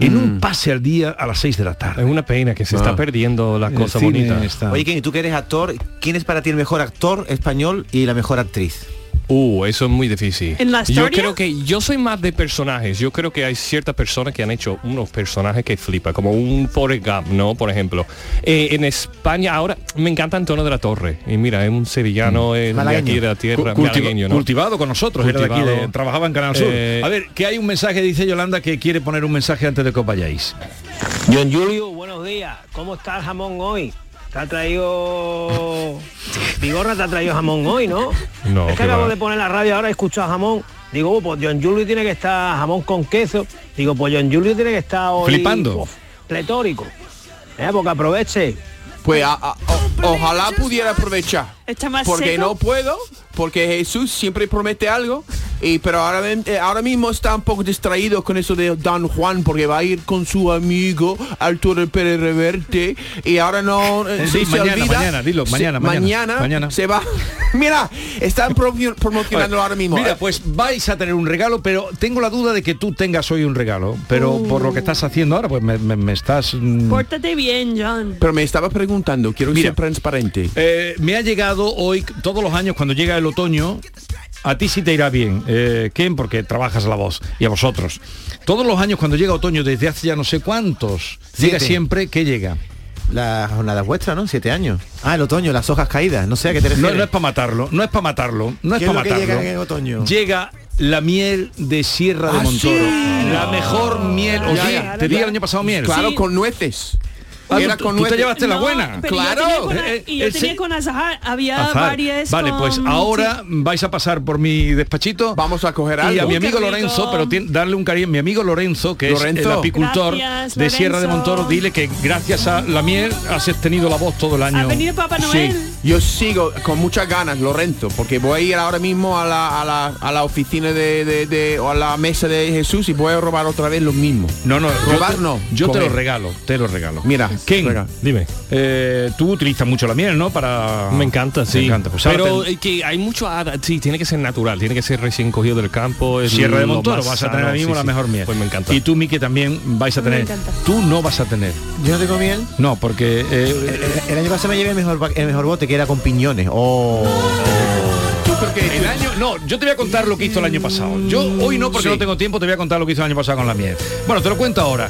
En un pase al día a las 6 de la tarde.
Mm. Es una pena que se
Ah.
está perdiendo la cosa bonita.
Oye, Ken, ¿y tú que eres actor, ¿quién es para ti el mejor actor español y la mejor actriz?
Uh, eso es muy difícil.
¿En la
yo
historia?
creo que yo soy más de personajes. Yo creo que hay ciertas personas que han hecho unos personajes que flipa, como un Forrest Gump, ¿no? Por ejemplo. Eh, en España ahora me encanta Antonio de la Torre. Y mira, es un sevillano eh, de
Mm. Malagueño.
aquí de la tierra.
Cu- cultiva-
malagueño, ¿no?
Cultivado con nosotros, era de aquí,
Cultivado.
de- trabajaba en Canal Sur.
Eh,
a ver, que hay un mensaje, dice Yolanda, que quiere poner un mensaje antes de que os vayáis.
John Julio, buenos días. ¿Cómo está el jamón hoy? Te ha traído... Vigorra te ha traído jamón hoy, ¿no?
No,
es que
qué
acabo
va.
de poner la radio ahora y escucho a jamón. Digo, oh, pues John Julio tiene que estar jamón con queso. Digo, pues John Julio tiene que estar hoy...
Flipando.
uf, pletórico. Eh, porque aproveche.
Pues a- a- o- ojalá pudiera aprovechar.
Está más
porque
seco.
no puedo, porque Jesús siempre promete algo, y pero ahora, ven- eh, ahora mismo está un poco distraído con eso de Don Juan, porque va a ir con su amigo Arturo Pérez Reverte, y ahora no... eh,
Sí, mañana, mañana, dilo,
Se-
mañana, mañana, mañana.
se va... Mira, están promo- promocionando ahora mismo.
Mira, pues vais a tener un regalo, pero tengo la duda de que tú tengas hoy un regalo. Pero
Uh.
por lo que estás haciendo ahora, pues me, me- me estás... mm,
Pórtate bien, John.
Pero me estaba preguntando, quiero
Mira.
ser transparente.
Eh, me ha llegado hoy, todos los años, cuando llega el otoño, a ti sí te irá bien, eh, Ken, porque trabajas la voz, y a vosotros. Todos los años, cuando llega otoño, desde hace ya no sé cuántos, llega
Siete.
siempre, que llega?
La jornada vuestra, ¿no? Siete años. Ah, el otoño, las hojas caídas. No sé a qué te refieres.
No, no es para matarlo, no es para matarlo, no es
¿Qué es
para
lo que
matarlo.
llega en el otoño?
Llega la miel de Sierra de
¿Ah,
Montoro.
sí?
La mejor miel. Oye,
Ya, ya.
te di el año pasado miel.
Claro, con nueces.
Ah, tú- tú te llevaste la buena.
Pero
Ah, Claro.
Yo tenía con,
Eh,
y yo
eh,
tenía
sí.
con Azahar, había
Azar.
varias.
Vale, pues
con-
ahora vais a pasar por mi despachito. Vamos a coger Y a
algo.
mi
Uh, qué
amigo
rico.
Lorenzo, pero tien- darle un cariño. Mi amigo Lorenzo, que es
Lorenzo.
el apicultor
Gracias,
de Sierra de Montoro, dile que gracias a la miel has tenido la voz todo el año. Sí.
Yo sigo con muchas ganas, Lorenzo, porque voy a ir ahora mismo a la, a la, a la oficina de, de- de- o a la mesa de Jesús y voy a robar otra vez lo mismo.
No, no,
robar
yo te,
no.
Yo te
coger.
lo regalo, te lo regalo.
Mira,
Ken,
regalo.
dime. tú utilizas mucho la miel, ¿no? Para.
Me encanta,
Te
sí.
Ah, encanta. Pues ahora
pero
te-
eh, que hay mucho, ah, sí, tiene que ser natural, tiene que ser recién cogido del campo. es
pues Sierra de
lo
Montoro
más
vas a tener
sano,
ahora mismo
sí,
la
sí.
mejor miel.
Pues me encanta.
Y tú, Miki, también vais a
Me
tener.
encanta.
Tú no vas a tener.
Yo no tengo miel.
No, porque eh,
El, el año pasado me llevé el mejor, ba- el mejor bote que era con piñones. Oh.
el año no yo te voy a contar lo que hizo el año pasado yo hoy no porque no tengo tiempo te voy a contar lo que hizo el año pasado con la miel bueno te lo cuento ahora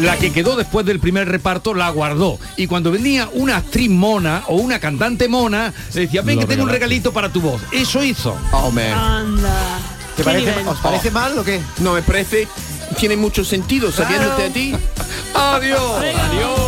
la que quedó después del primer reparto la guardó y cuando venía una actriz mona o una cantante mona le decía ven
Lo
que tengo un
regalaste.
regalito para tu voz eso hizo
Oh, man.
Anda. ¿Qué nivel?
mal o qué? No, me parece. Tiene mucho sentido, sabiéndote a ti.
Adiós.
Adiós.